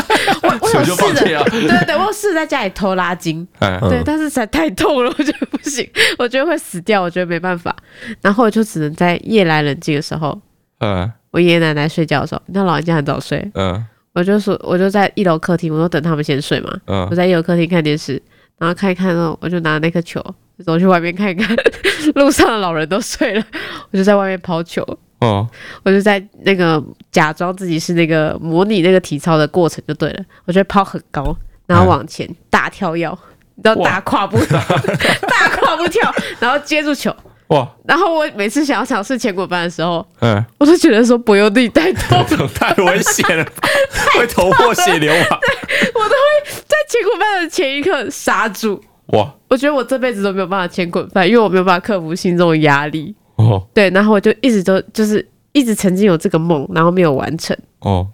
A: 我我有
B: 所以就放
A: 试
B: 弃
A: 着，
B: 了。
A: 对对，我有试着在家里偷拉筋，
B: 哎，
C: 嗯
A: 对，但是实在太痛了，我觉得不行，我觉得会死掉，我觉得没办法，然后我就只能在夜来人静的时候，
B: 嗯
A: 我爷爷奶奶睡觉的时候，那老人家很早睡，
B: 嗯
A: 我就说，我就在一楼客厅，我就等他们先睡嘛。我
B: 嗯，
A: 在一楼客厅看电视，然后看一看哦，我就拿那颗球走去外面看一看， 路上的老人都睡了，我就在外面抛球，
B: 哦，
A: 我就在那个假装自己是那个模拟那个体操的过程就对了，我就会抛很高，然后往前大跳跃，然后大跨步，大跨步跳，然后接住球。
B: 哇，
A: 然后我每次想要尝试前滚翻的时候，
B: 嗯，
A: 我都觉得说不用力 太痛，
C: 太危险 了，会头破血流啊！
A: 在前滚翻的前一刻刹住。
B: 哇，
A: 我觉得我这辈子都没有办法前滚翻，因为我没有办法克服心中的压力。
B: 哦
A: 对，然后我就一直都就是一直曾经有这个梦，然后没有完成，
B: 哦，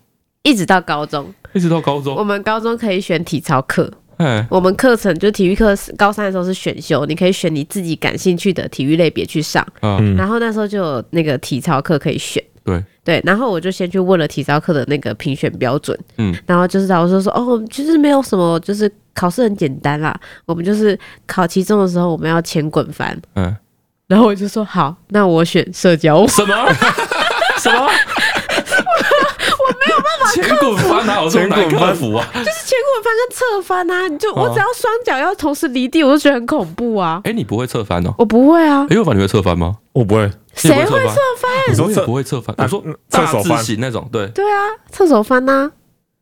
A: 一直到高中。
B: 一直到高
A: 我
B: 中，
A: 们高中可以选体操课，
B: 哎，
A: 我们课程就体育课，高三的时候是选修，你可以选你自己感兴趣的体育类别去上。
B: 嗯，
A: 然后那时候就有那个体操课可以选。
B: 对，
A: 对，然后我就先去问了体操课的那个评选标准，
B: 嗯，
A: 然后就是老师说，哦，其实没有什么，就是考试很简单啦，我们就是考期中的时候我们要前滚翻，
B: 嗯，
A: 然后我就说好，那我选社交 舞，
B: 什么 什么？我没有办法，前滚翻啊哪有这么难克服啊？
A: 就是前滚翻跟侧翻啊，你就我
B: 哦
A: 只要双脚要同时离地，我就觉得很恐怖啊，
B: 哎，你不会侧翻哦？
A: 我不会啊，
B: 哎，右凡你会侧翻吗？
C: 我不会，
B: 你也
A: 谁会侧翻？
B: 你
C: 你说
B: 说也
C: 侧
B: 不会侧翻，
C: 啊
B: 我说
C: 嗯
B: 大
C: 侧手
B: 字
C: 翻
B: 形那种，对，
A: 对啊，侧手翻呐、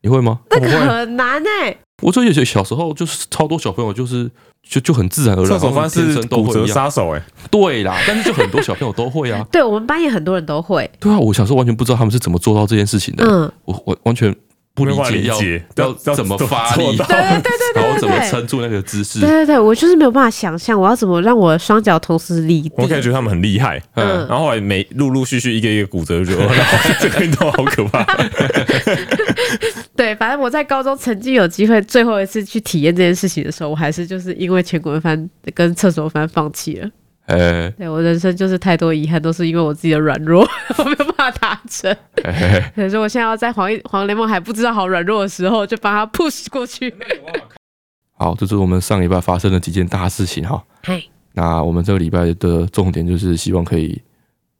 B: 你会吗？
A: 那个
C: 我不会
A: 很难哎、，
B: 我就有些小时候就是超多小朋友就是就就很自然而然，
C: 侧手翻
B: 好像天
C: 是
B: 生都
C: 骨
B: 会
C: 折
B: 一样，
C: 杀手哎、
B: 对啦，但是就很多小朋友都会啊
A: 对我们班也很多人都会，
B: 对啊，我小时候完全不知道他们是怎么做到这件事情的，
A: 嗯，
B: 我我完全不理
C: 没办法
B: 解
C: 理
B: 要
C: 解
B: 要
C: 要要
B: 怎么
C: 怎么
B: 发
C: 做
B: 力，
C: 到
A: 对对对对对
B: 然后怎么
A: 对对。
B: 撑住那个姿势
A: 对，对对，我就是没有办法想象我要怎么让我的双脚同时离地。
C: 我开始觉得他们很厉害。
A: 嗯
B: 嗯，
C: 然后后来每陆陆续续一个一个骨折，就觉得哦这个运动好可怕。
A: 对，反正我在高中曾经有机会最后一次去体验这件事情的时候，我还是就是因为前滚翻跟侧手翻放弃了。
B: 哎
A: 对我人生就是太多遗憾，都是因为我自己的软弱， 我没有办法达成。
B: 哎哎，
A: 可是我现在要在黄一黄雷梦还不知道好软弱的时候，就把他 push 过去。
B: 好，这是我们上礼拜发生的几件大事情哈。
A: 嗨，
B: 那我们这个礼拜的重点就是希望可以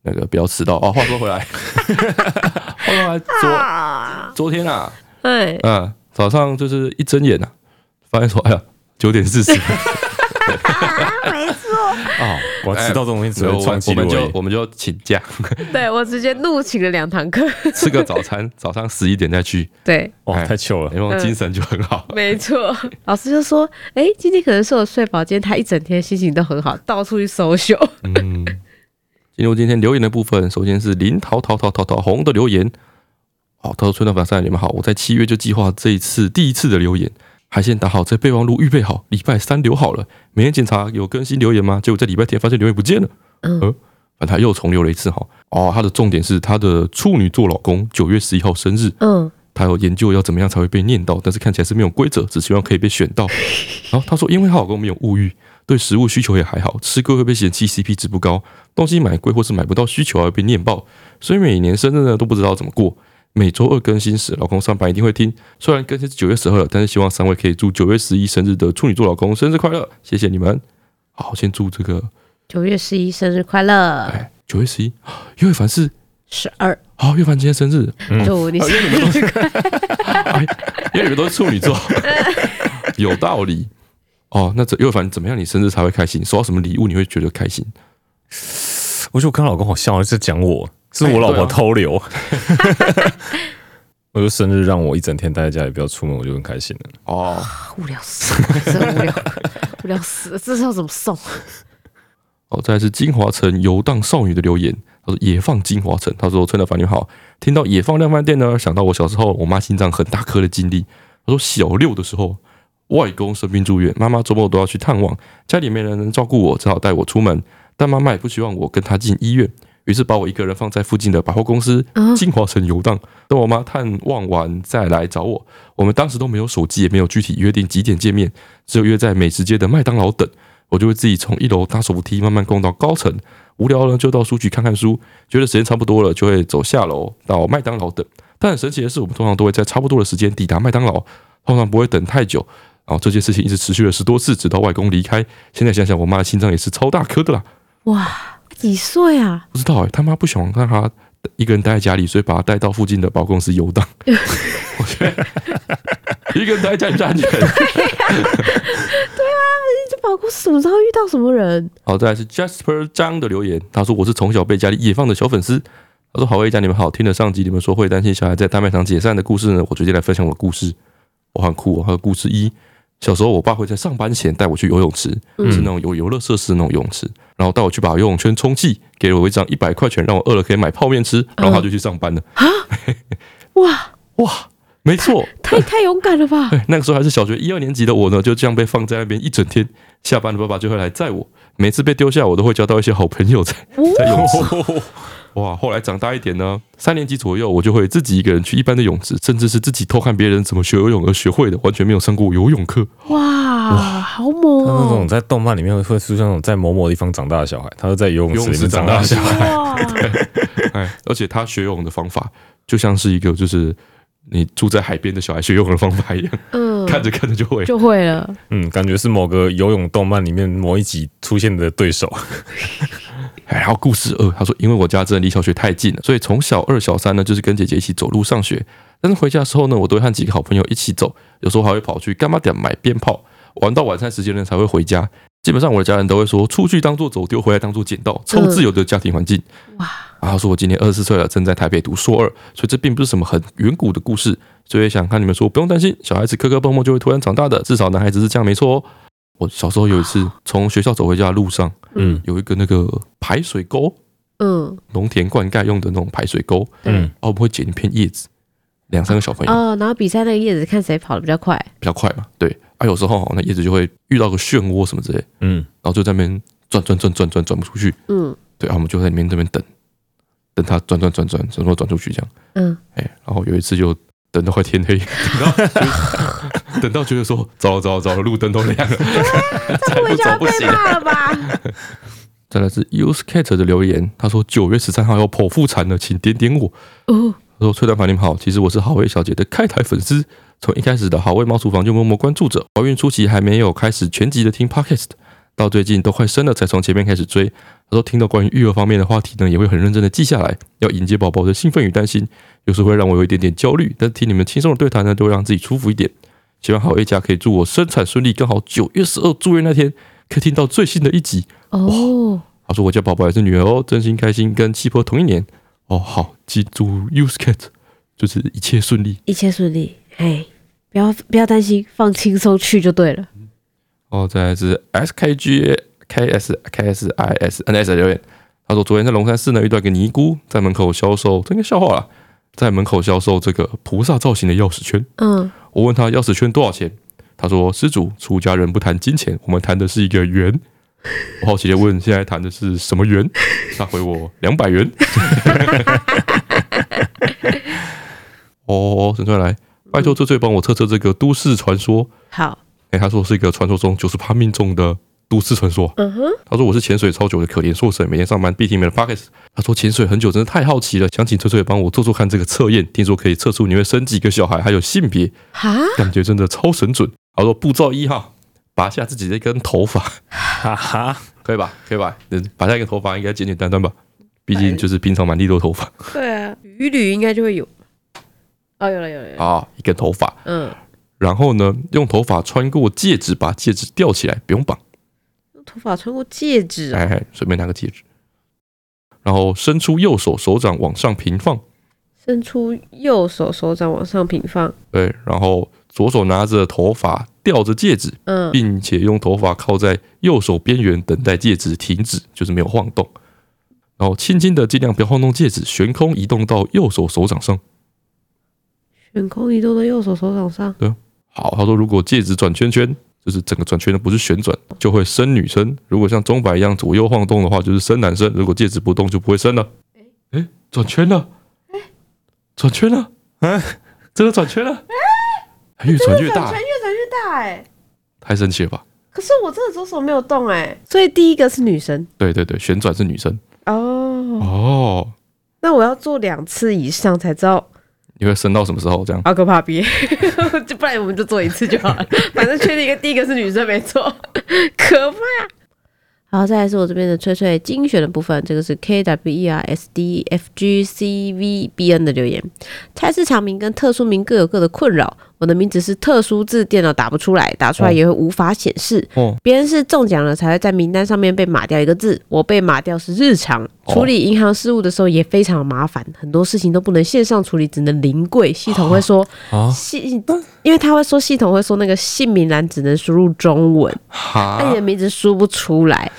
B: 那个不要迟到哦。话说回来， 话说回来，昨
A: 啊，
B: 昨天啊，
A: 哎，
B: 嗯，早上就是一睁眼啊，发现说，哎呀，九点四十
A: 没错，
B: 哦，
C: 我知道这种东西只
B: 所以
C: 会
B: 我
C: 创
B: 们
C: 纪
B: 我们
C: 录而
B: 就
C: 已。
B: 我们就请 假
A: 对我直接怒请了两堂课，
B: 吃个早餐，早上十一点再 去，
A: 对，
C: 哇，
B: 哎
C: 太糗了！
B: 然后精神就很好。
A: 没错，老师就说，哎，今天可能是我睡饱，今天他一整天心情都很好，到处去搜秀，
B: 嗯，进入今天留言的部分，首先是林桃桃桃桃桃红的留言。好，他说：“春暖凡山，你们好，我在七月就计划这一次第一次的留言，还先打好在备忘录预备好，礼拜三留好了。每天检查有更新留言吗？结果在礼拜天发现留言不见了，
A: 嗯
B: 呃，反正他又重留了一次哈。哦，他的重点是他的处女座老公九月十一号生日，
A: 嗯，
B: 他有研究要怎么样才会被念到，但是看起来是没有规则，只希望可以被选到。然后他说，因为她老公没有物欲，对食物需求也还好，吃贵会被嫌弃，CP 值不高，东西买贵或是买不到需求还会被念爆，所以每年生日呢都不知道怎么过。每周二更新时，老公上班一定会听。虽然更新是九月十二了，但是希望三位可以祝九月十一生日的处女座老公生日快乐，谢谢你们。好，先祝这个
A: 九月十一生日快乐，
B: 哎九月十一，岳凡是
A: 十二，
B: 好，岳凡今天生日，
A: 祝你生日快乐，
B: 因为你们都是处女座，有道理。哦，那这又凡怎么样？你生日才会开心？收到什么礼物你会觉得开心？
C: 我觉得我跟老公好像哦，是讲我，是我老
B: 哎对
C: 婆
B: 啊
C: 偷留。哦 我就生日让我一整天待在家里，不要出门，我就很开心了。
B: 哦，
A: 无聊死了，真无聊，无聊死了，这是要怎么送？
B: 哦，再来是金华城游荡少女的留言，她说野放金华城，她说春的凡你好，听到野放量饭店呢，想到我小时候我妈心脏很大颗的经历。她说小六的时候，外公生病住院，妈妈周末都要去探望，家里没人能照顾我，只好带我出门，但妈妈也不希望我跟她进医院。于是把我一个人放在附近的百货公司
A: 嗯
B: 金华城游荡，等我妈探望完再来找我。我们当时都没有手机，也没有具体约定几点见面，只有约在美食街的麦当劳等。我就会自己从一楼搭手扶梯慢慢逛到高层，无聊呢就到书局看看书，觉得时间差不多了就会走下楼到麦当劳等。但很神奇的是，我们通常都会在差不多的时间抵达麦当劳，通常不会等太久。然后这件事情一直持续了十多次，直到外公离开。现在想想，我妈的心脏也是超大颗的啦。
A: 哇，几岁啊？
B: 不知道哎、他妈不想让他一个人待在家里，所以把他带到附近的保公司游荡。我觉得 一个人待在家里比较安全。
A: 这宝姑怎么知道遇到什么人？
B: 好，再来是 Jasper 张的留言，他说我是从小被家里野放的小粉丝。他说：“好，魏一家你们好，听了上集你们说会担心小孩在大卖场解散的故事呢，我决定来分享我的故事。我很酷、哦，还有故事一。小时候，我爸会在上班前带我去游泳池，是那种有游乐设施的那种游泳池，然后带我去把游泳圈充气，给了我一张一百块钱，让我饿了可以买泡面吃，然后他就去上班了。
A: 哇，
B: 哇，没错，
A: 太太勇敢了 吧！
B: 对，那个时候还是小学一二年级的我呢，就这样被放在那边一整天。下班了，爸爸就会来载我。每次被丢下，我都会交到一些好朋友在在泳池。哇，后来长大一点呢，三年级左右，我就会自己一个人去一般的泳池，甚至是自己偷看别人怎么学游泳而学会的，完全没有上过游泳课。
A: 哇，好猛
C: 他 那种
A: 哦！
C: 在动漫里面会出现那种在某某地方长大的小孩，他是在游泳池里面长大的小孩。
A: 哇，
B: 哎， 而且他学游泳的方法，就像是一个就是你住在海边的小孩学游泳的方法一样，
A: 嗯，
B: 看着看着就会。
A: 就会了。
C: 嗯，感觉是某个游泳动漫里面某一集出现的对手。
B: 哎，然后故事二，他说，因为我家真的离小学太近了，所以从小二、小三呢，就是跟姐姐一起走路上学。但是回家的时候呢，我都会和几个好朋友一起走，有时候还会跑去干妈店买鞭炮，玩到晚餐时间呢才会回家。基本上我的家人都会说，出去当做走丢，回来当做捡到，超自由的家庭环境。
A: 哇！
B: 然后说我今年二十四岁了，正在台北读硕二，所以这并不是什么很远古的故事，所以想看你们说，不用担心，小孩子磕磕碰碰就会突然长大的，至少男孩子是这样没错哦。我小时候有一次从学校走回家的路上，
C: 嗯
B: 有一个那个排水沟，
A: 嗯，
B: 农田灌溉用的那种排水沟，
C: 嗯，
B: 哦，我们会捡一片叶子，两三个小朋友
A: 哦，然后比赛那个叶子看谁跑得比较快。
B: 比较快嘛，对，啊，有时候哦那叶子就会遇到个漩涡什么之类，
C: 嗯，
B: 然后就在那边转转转转转转不出去，
A: 嗯
B: 对，啊，我们就在里面这边等，等它转转转转，什么时候转出去这样，
A: 嗯，
B: 哎，然后有一次就等到快天黑， 等到觉得等到觉得说糟了糟了糟了，路灯都亮 了，再不走不行了。
A: 骂了吧？
B: 再来是 Use Cat 的留言，他说九月十三号要剖腹产了，请点点我。
A: 哦，
B: 他说：“翠蛋排你们好，其实我是好味小姐的开台粉丝，从一开始的好味猫厨房就默默关注着。怀孕初期还没有开始全集的听 podcast，到最近都快生了才从前面开始追。他说听到关于育儿方面的话题呢，也会很认真的记下来，要迎接宝宝的兴奋与担心，有时会让我有一点点焦虑，但听你们轻松的对谈呢，都会让自己舒服一点。希望好味家可以祝我生产顺利，刚好九月十二住院那天可以听到最新的一集。
A: 哦，
B: 他说我家宝宝也是女儿哦，真心开心，跟七婆同一年哦。好，记住 use cat，就是一切顺利
A: 一切顺利，哎，不要不要担心，放轻松去就对了。
B: 哦。再来是 S K G K S K S I S N S 的留言，他说昨天在龙山寺呢遇到一个尼姑，在门口销售，这应该笑话了，在门口销售这个菩萨造型的钥匙圈。
A: 嗯，
B: 我问他钥匙圈多少钱，他说施主出家人不谈金钱，我们谈的是一个缘。 我好奇的问，现在谈的是什么缘？他回我两百元。 哦，沈帅来，拜托翠翠帮我测测这个都市传说。
A: 好，
B: 哎、他说是一个传说中九十八命中的都市传说。
A: 嗯哼，
B: 他说我是潜水超久的可怜硕士，每天上班必听你们的 pockets。他说潜水很久，真的太好奇了，想请翠翠帮我做做看这个测验，听说可以测出你会生几个小孩，还有性别。
A: 哈，
B: 感觉真的超神准。他说步骤一哈，拔下自己的一根头发，
C: 哈哈，
B: 可以吧？可以吧？嗯拔下一根头发应该简简单单吧？毕竟就是平常满地都头发
A: 对啊，鱼旅应该就会有。哦，有了有了，有了
B: 啊，一根头发。
A: 嗯，
B: 然后呢，用头发穿过戒指，把戒指吊起来，不用绑，
A: 头发穿过戒指啊，
B: 哎，随便拿个戒指。然后伸出右手，手掌往上平放，
A: 伸出右手手掌往上平放，
B: 对，然后左手拿着头发吊着戒指，
A: 嗯，
B: 并且用头发靠在右手边缘，等待戒指停止，就是没有晃动。然后轻轻的，尽量不要晃动戒指，悬空移动到右手手掌上。
A: 悬空移动到右手手掌上，
B: 好，他说如果戒指转圈圈，就是整个转圈的不是旋转，就会生女生；如果像钟摆一样左右晃动的话，就是生男生；如果戒指不动，就不会生了。哎，转圈了，转圈了，
C: 哎
B: 啊真的转圈 了，越转越大
A: 转，越转越大哎、
B: 太神奇了吧？
A: 可是我真的左手没有动哎、所以第一个是女生
B: 对对对，旋转是女生
A: 哦，
B: 哦，
A: 那我要做两次以上才知道
B: 你会生到什么时候这样？
A: 阿哥怕憋， 就不然我们就做一次就好了，反正确定一个第一个是女生没错，可怕。好，再来是我这边的翠翠精选的部分，这个是 K W E R S D F G C V B N 的留言。菜市场名跟特殊名各有各的困扰，我的名字是特殊字，电脑打不出来，打出来也会无法显示。
B: 哦，
A: 别人是中奖了才会在名单上面被码掉一个字，我被码掉是日常。
B: 哦
A: 处理银行事务的时候也非常麻烦，很多事情都不能线上处理，只能临柜。系统会说
B: 啊
A: 系，因为他会说系统会说那个姓名栏只能输入中文，
B: 哈
A: 那你的名字输不出来。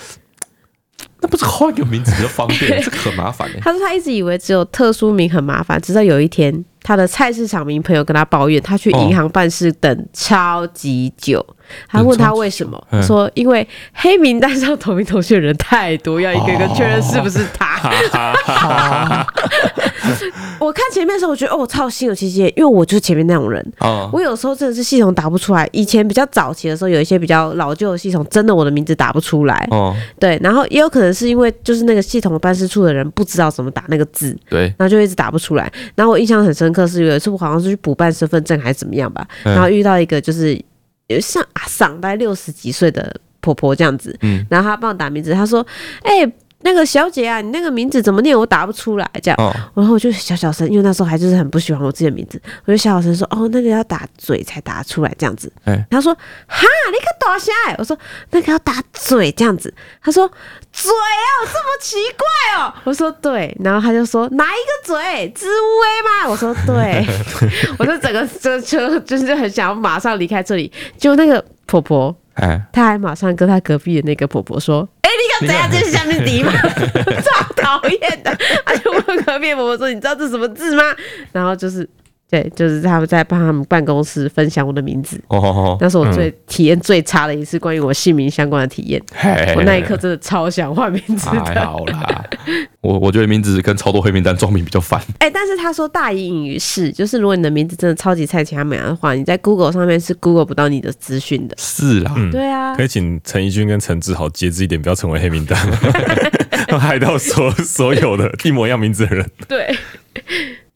B: 那不是换个名字比较方 便，这个很麻烦哎、
A: 他说他一直以为只有特殊名很麻烦，直到有一天他的菜市场名朋友跟他抱怨，他去银行办事等超级久。他问他为什么，
B: 嗯
A: 他说因为黑名单上同名同姓的人太多，要一个一个确认是不是他。 我看前面的时候，我觉得哦，我超心有戚戚，因为我就是前面那种人。
B: 啊，
A: 我有时候真的是系统打不出来，以前比较早期的时候，有一些比较老旧的系统，真的我的名字打不出来。
B: 哦，
A: 对，然后也有可能是因为就是那个系统办事处的人不知道怎么打那个字，
B: 对，
A: 然后就一直打不出来。然后我印象很深刻是有一次我好像是去补办身份证还是怎么样吧，
B: 嗯
A: 然后遇到一个就是有像阿桑大概六十几岁的婆婆这样子，
B: 嗯
A: 然后她帮我打名字，她说：“哎、那个小姐啊，你那个名字怎么念？我打不出来。”这样，
B: 哦，
A: 然后我就小小声，因为那时候还就是很不喜欢我自己的名字，我就小小声说：“哦，那个要打嘴才打出来这样子。
B: 哎
A: 他说：“哈，你可打下欸来。”我说：“那个要打嘴这样子。”他说：“嘴哦，这么奇怪哦。”我说：“对。”然后他就说：“哪一个嘴？知乌龟吗？”我说：“对。”我说：“整个这车就是很想要马上离开这里。”就那个婆婆，
B: 哎，
A: 她还马上跟她隔壁的那个婆婆说：“哎、你敢怎样？这是下面敌吗？” 超讨厌的。她就问隔壁的婆婆说：“你知道这什么字吗？”然后就是。对，就是他们在帮他们办公室分享我的名字，
B: 哦哦，
A: 那是我最、体验最差的一次关于我姓名相关的体验。
B: 嘿
A: 我那一刻真的超想换名字的，
B: 还好啦，我我觉得名字跟超多黑名单撞名比较烦。
A: 哎、但是他说大隐隐于市，就是如果你的名字真的超级菜其他美的话，你在 Google 上面是 Google 不到你的资讯的。
B: 是啦，
C: 嗯
A: 对啊
C: 可，以请陈怡君跟陈志豪节制一点，不要成为黑名 单， 害到所所有的一模一样名字的人。
A: 对。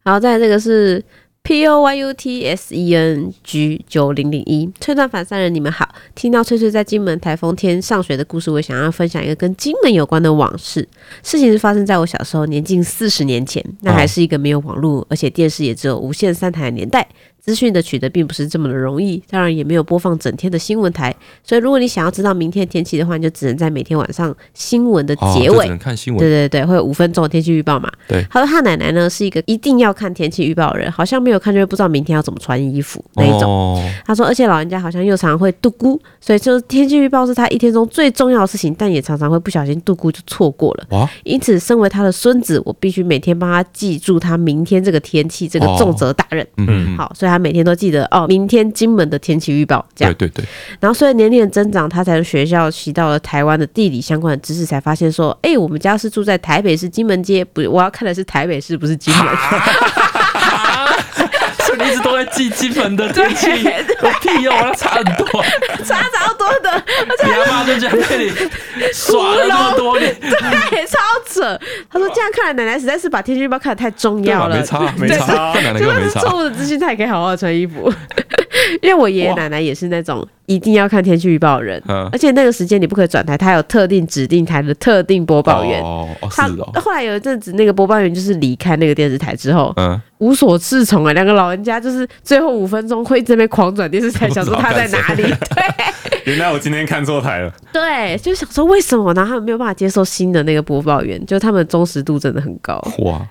A: 然后再来这个是 P O Y U T S E N G 九零零一，崔断凡三人，你们好。听到翠翠在金门台风天上学的故事，我想要分享一个跟金门有关的往事。事情是发生在我小时候，年近四十年前，那还是一个没有网络，而且电视也只有无线三台的年代。资讯的取得并不是这么的容易，当然也没有播放整天的新闻台，所以如果你想要知道明天的天气的话，你就只能在每天晚上新闻的
B: 哦
A: 结
B: 这
A: 尾
B: 只能看新闻
A: 对对对，会有五分钟的天气预报嘛。
B: 对
A: 他说他奶奶呢是一个一定要看天气预报的人，好像没有看就会不知道明天要怎么穿衣服那一种。
B: 哦，
A: 他说，而且老人家好像又常会度孤，所以就是天气预报是他一天中最重要的事情，但也常常会不小心度孤就错过了。
B: 哇，
A: 因此，身为他的孙子，我必须每天帮他记住他明天这个天气，这个
B: 哦
A: 重责大任。
B: 嗯，嗯，
A: 好，所以他每天都记得哦，明天金门的天气预报这样
B: 对。对对，
A: 然后随着年龄的增长，他才从学校习到了台湾的地理相关的知识，才发现说，哎、我们家是住在台北市金门街，不，我要看的是台北市，不是 金门。
B: 所以你一直都在记金门的天气，有屁用，那差很 多。
A: 差超多的，
B: 你阿妈就这样被你耍了这么多 年，
A: 对，哎超扯。他说这样看来，奶奶实在是把天气预报看得太重要
B: 对吧
A: 了
B: 没。差没
C: 对
B: 差，看奶奶
A: 真
B: 根
A: 的
B: 本没
A: 是
B: 差。
A: 错误的资讯，他也可以好好地穿衣服。 因为我爷爷奶奶也是那种一定要看天气预报的人，
B: 嗯
A: 而且那个时间你不可以转台，他有特定指定台的特定播报员。
B: 哦，哦是
A: 他
B: 哦，
A: 后来有一阵子，那个播报员就是离开那个电视台之后，
B: 嗯，
A: 无所适从哎、两个老人家就是最后五分钟会这边狂转电视台，
B: 不知
A: 想
B: 道
A: 说他 在哪里？对
C: 原来我今天看错台了，
A: 对，就想说为什么呢？然后他们没有办法接受新的那个播报员，就他们忠实度真的很高。
B: 哇，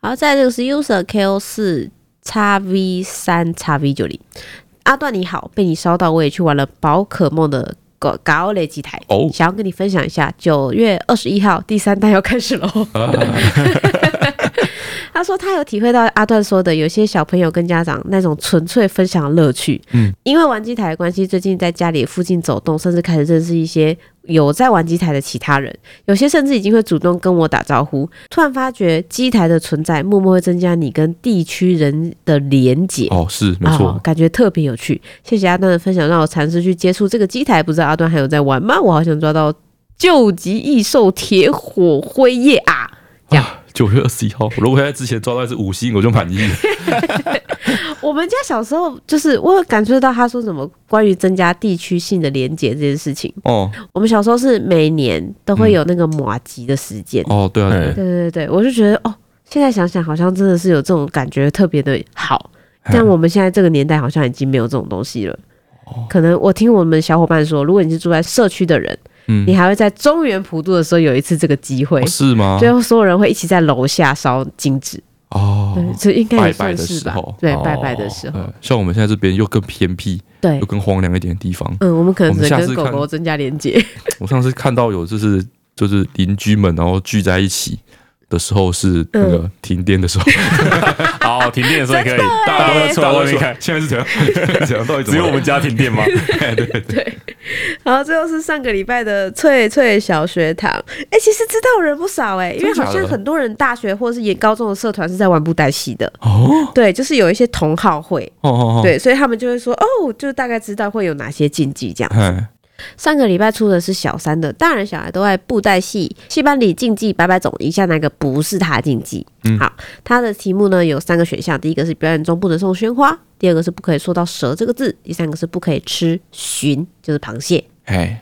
A: 然后再来这个是 user ko 四 x v 三 x v 九零，阿段你好，被你烧到，我也去玩了宝可梦的。搞搞雷机台
B: 哦
A: 想要跟你分享一下，九月二十一号第三弹要开始喽。
B: 啊
A: 他说他有体会到阿段说的，有些小朋友跟家长那种纯粹分享的乐趣。
B: 嗯，
A: 因为玩机台的关系，最近在家里附近走动，甚至开始认识一些有在玩机台的其他人，有些甚至已经会主动跟我打招呼。突然发觉机台的存在，默默会增加你跟地区人的连结。
B: 哦，是没
A: 哦
B: 错，
A: 感觉特别有趣。谢谢阿段的分享，让我尝试去接触这个机台。不知道阿段还有在玩吗？我好想抓到救急异兽铁火辉夜啊！这样
B: 啊，九月二十一号，如果在之前抓到一只五星，我就 满意了。
A: 我们家小时候就是，我有感受到他说什么关于增加地区性的连结这件事情。
B: 哦
A: 我们小时候是每年都会有那个马吉的时间，
B: 哦，对啊，
C: 哎
B: 对啊
A: 对对对，我就觉得哦，现在想想好像真的是有这种感觉特别的好，
B: 嗯
A: 但我们现在这个年代好像已经没有这种东西了。
B: 哦
A: 可能我听我们小伙伴说，如果你是住在社区的人，
B: 嗯
A: 你，还会在中原普渡的时候有一次这个机会
B: 哦，是吗？
A: 最后所有人会一起在楼下烧金纸，
B: 哦，
A: 对，这应该也
B: 拜拜
A: 算
B: 的
A: 是
B: 时
A: 吧
B: 候，，
A: 对
C: 哦，
A: 拜拜的时候，
B: 呃，像我们现在这边又更偏僻，
A: 对
B: 又，更荒凉一点的地方。
A: 嗯，我们可能
B: 我们
A: 只能
B: 下
A: 跟
B: 次
A: 狗
B: 看
A: 狗增加连 接。
B: 我上次看到有就是就是邻居们然后聚在一起的时候是那
A: 嗯
B: 个停电 的时候，
C: 好，停电的时候也可以，大
B: 大
C: 家
B: 家都
C: 都出
B: 出
C: 来
B: 来
C: 外
B: 外
C: 面
B: 面
C: 看
B: 看，，现在是怎样？ 怎样？到底怎
C: 只
B: 么
C: 有我
B: 了？
C: 们家停 电吗？
B: 哎对对对，
A: 然后最后是上个礼拜的翠翠小学堂，哎、其实知道人不少哎、因为
B: 真假
A: 好
B: 的
A: 像很多人大学或是研高中的社团是在玩布袋戏的，
B: 哦
A: 对，就是有一些同好会，
B: 哦哦，哦，
A: 对，所以他们就会说哦，就大概知道会有哪些禁忌这样。
B: 哎，
A: 上个礼拜出的是小三的，大人小孩都爱布袋戏，戏班里竞技百百种，以下哪个不是他的竞技？
B: 嗯
A: 好，他的题目呢有三个选项，第一个是表演中不能送鲜花，第二个是不可以说到蛇这个字，第三个是不可以吃鲟，就是螃蟹。
B: 哎，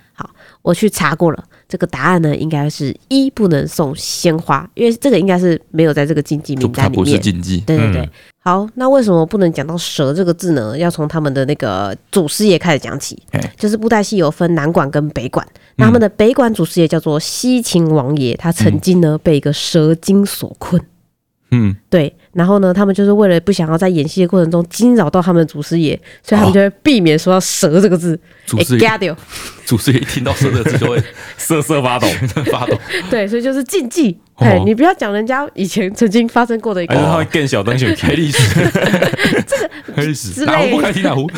A: 我去查过了，这个答案呢应该是一不能送鲜花，因为这个应该是没有在这个禁忌
B: 就
A: 名
B: 它
A: 单里
B: 不是
A: 面。
B: 禁忌，
A: 对对对，
C: 嗯
A: 好，那为什么不能讲到蛇这个字呢？要从他们的那个祖师爷开始讲起
B: 嘿，
A: 就是布袋戏有分南管跟北
B: 嗯
A: 管，那他们的北管祖师爷叫做西秦王爷，他曾经呢被一个蛇精所困。
B: 嗯，
A: 对，然后呢，他们就是为了不想要在演戏的过程中惊扰到他们的祖师爷，所以他们就会避免说到“蛇”这个字。
B: 主
A: 哎
B: 持人
A: 嘎掉，
B: 主持人一听到 蛇的字就会
C: 瑟瑟发 抖，
B: 发抖，
A: 对，所以就是禁忌。
B: 哦
A: 哎、你不要讲人家以前曾经发生过的一
C: 还是他
A: 个
C: 会更小当小屁
B: 黑 历史，这个黑历
A: 之
B: 史，哪壶不开提哪壶，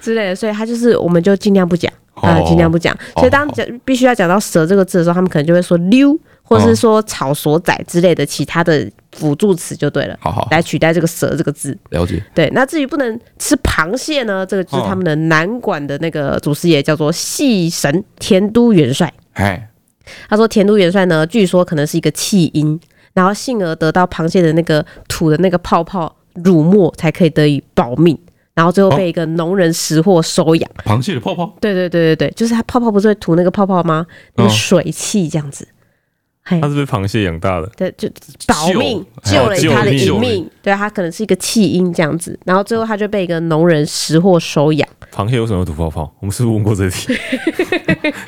A: 之类的，所以他就是我们就尽量不讲啊，
B: 哦
A: 尽量不讲。所以当
B: 哦
A: 讲必须要讲到蛇这个字的时候，他们可能就会说溜，或是说草所仔之类的其他的辅助词就对了，
B: 好好
A: 来取代这个蛇这个字。
B: 了解，
A: 对，那至于不能吃螃蟹呢，这个就是
B: 哦
A: 他们的南管的那个祖师爷叫做戏神田都元帅。
B: 哎，
A: 他说田都元帅呢，据说可能是一个弃婴，然后幸而得到螃蟹的那个吐的那个泡泡乳沫，才可以得以保命。然后最后被一个农人识货收养。
B: 螃蟹的泡泡，
A: 对对对对对，就是它泡泡不是会吐那个泡泡吗？那个
B: 嗯
A: 水汽这样子。嘿
C: 它，是被螃蟹养大的，
A: 对，就保命
B: 哎救
A: 救了他的一
B: 救
A: 命
B: 命，
A: 对他可能是一个弃婴这样子，然后最后他就被一个农人识货收养。
C: 螃蟹为什么要吐泡泡？我们是不是问过这 题？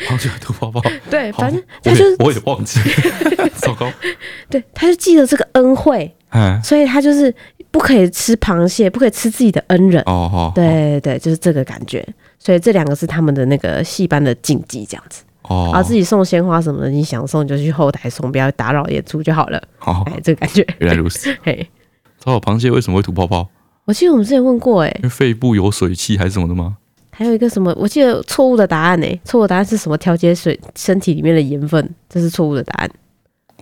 B: 螃蟹的泡泡，
A: 对，
B: 好
A: 反正
B: 我
A: 他
B: 也
A: 就
B: 我也 忘记，糟糕，
A: 对，他就记得这个恩惠，
B: 哎，
A: 所以他就是不可以吃螃蟹，不可以吃自己的恩人。
B: 哦哦，
A: 对对对，就是这个感觉。所以这两个是他们的那个戏班的禁忌，这样子。然后
B: 哦
A: 自，己送鲜花什么的，你想送就去后台送，不要打扰演出就好了。
B: 好，
A: 哎，这个感 觉。
B: 原来如 此。
A: 嘿，
B: 知道螃蟹为什么会吐泡泡？
A: 我记得我们之前问过、哎
B: 因，为肺部有水汽还是什么的吗？
A: 还有一个什么？我记得错误的答案呢、错误答案是什么？调节水身体里面的盐分，这是错误的答案。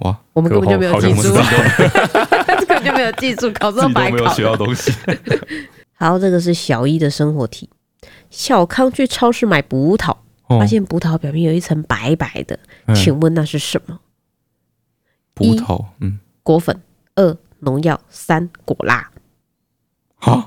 B: 哇，
A: 我们根本就没有
C: 好
A: 记
B: 我
C: 像
B: 们自
A: 住
B: 己，都
A: 根本就没有记住，考
B: 自
A: 上
B: 己都
A: 白
B: 没有
A: 考
B: 学。到东 西。
A: 然后这个是小一的生活题。小康去超市买葡萄，
B: 哦
A: 发现葡萄表面有一层白白的，
B: 嗯
A: 请问那是什么？
B: 葡萄，嗯，
A: 果粉。二农药。三果蜡。
B: 啊，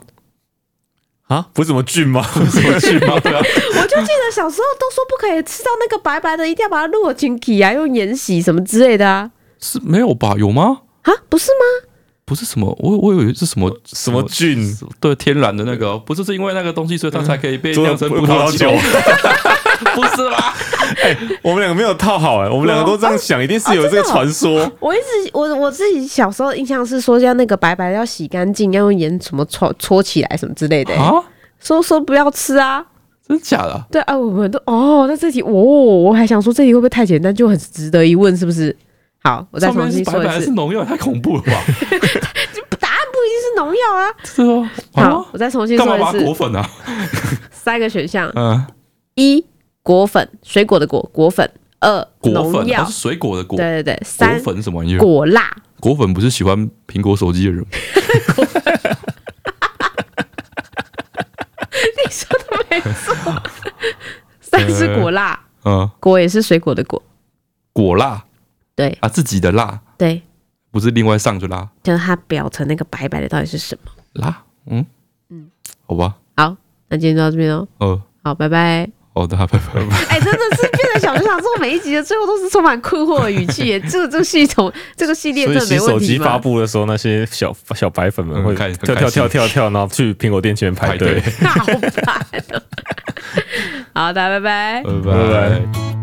C: 啊，不是什么菌吗？ 不是什么
B: 去吗？对啊，
A: 我就记得小时候都说不可以吃到那个白白的，一定要把它落进体啊，用盐洗什么之类的啊。
B: 是没有吧？有吗？
A: 啊，不是吗？
B: 不是什么，我我以为是什么
C: 什么菌？
B: 对天然的那个，不是是因为那个东西，嗯所以它才可以被
C: 做
B: 酿成
C: 葡
B: 葡萄
C: 萄
B: 酒
C: 酒，
B: 不是吧？
C: 我们两个没有套好哎，我们两个都这样想，一定
A: 哦
C: 是有这个传说。
A: 我一直我我自己小时候印象是说，像那个白白的要洗干净，要用盐什么搓搓起来什么之类的、欸
B: 啊，
A: 说说不要吃啊。
B: 真假的啊？
A: 对啊，我们都哦，那这题哦，我还想说这题会不会太简单，就很值得一问，是不是？好，我再
B: 上
A: 重
B: 面
A: 新
B: 是
A: 说
B: 白
A: 一
B: 白的
A: 次
B: 是，农药，太恐怖了 吧？
A: 答案不一定是农药啊。
B: 是哦，
A: 好
B: 啊，，
A: 我再重新
B: 干
A: 说
B: 嘛
A: 一
B: 把它果
A: 次，
B: 粉啊？
A: 三个选项：
B: 嗯，
A: 一果粉，水果的果，果粉；二
B: 果
A: 农
B: 粉，啊它
A: 药
B: 是，水果的果，
A: 对对对；
B: 果
A: 三
B: 粉是什么玩意儿？
A: 果嗯蜡，
B: 果粉不是喜欢苹果手机的人吗，
A: 你说的没错，三是果蜡，
B: 嗯，
A: 果也是水果的果，
B: 果蜡
A: 对
B: 啊，自己的蜡，
A: 对，
B: 不是另外上就蜡
A: 就是它表层那个白白的到底是什么？
B: 蜡，嗯嗯，好吧，
A: 好，那今天就到这边喽，
B: 呃，
A: 好，拜拜。
B: 好的，拜拜拜 拜。
A: 哎、真的是变成小学堂之后，每一集的最后都是充满困惑的语气耶。这个这个系统，这个系列
C: 所
A: 真
C: 以
A: 的
C: 新
A: 没
C: 手
A: 问题
C: 机发
A: 吗？
C: 布的时候，那些小小白粉们
B: 嗯
C: 会
B: 开很
C: 跳
B: 开
C: 跳
B: 心
C: 跳跳跳，然后去苹果店前面排队
B: 排。队
A: 那好烦哦。好的，拜拜。
B: 拜
C: 拜
B: 拜
C: 拜。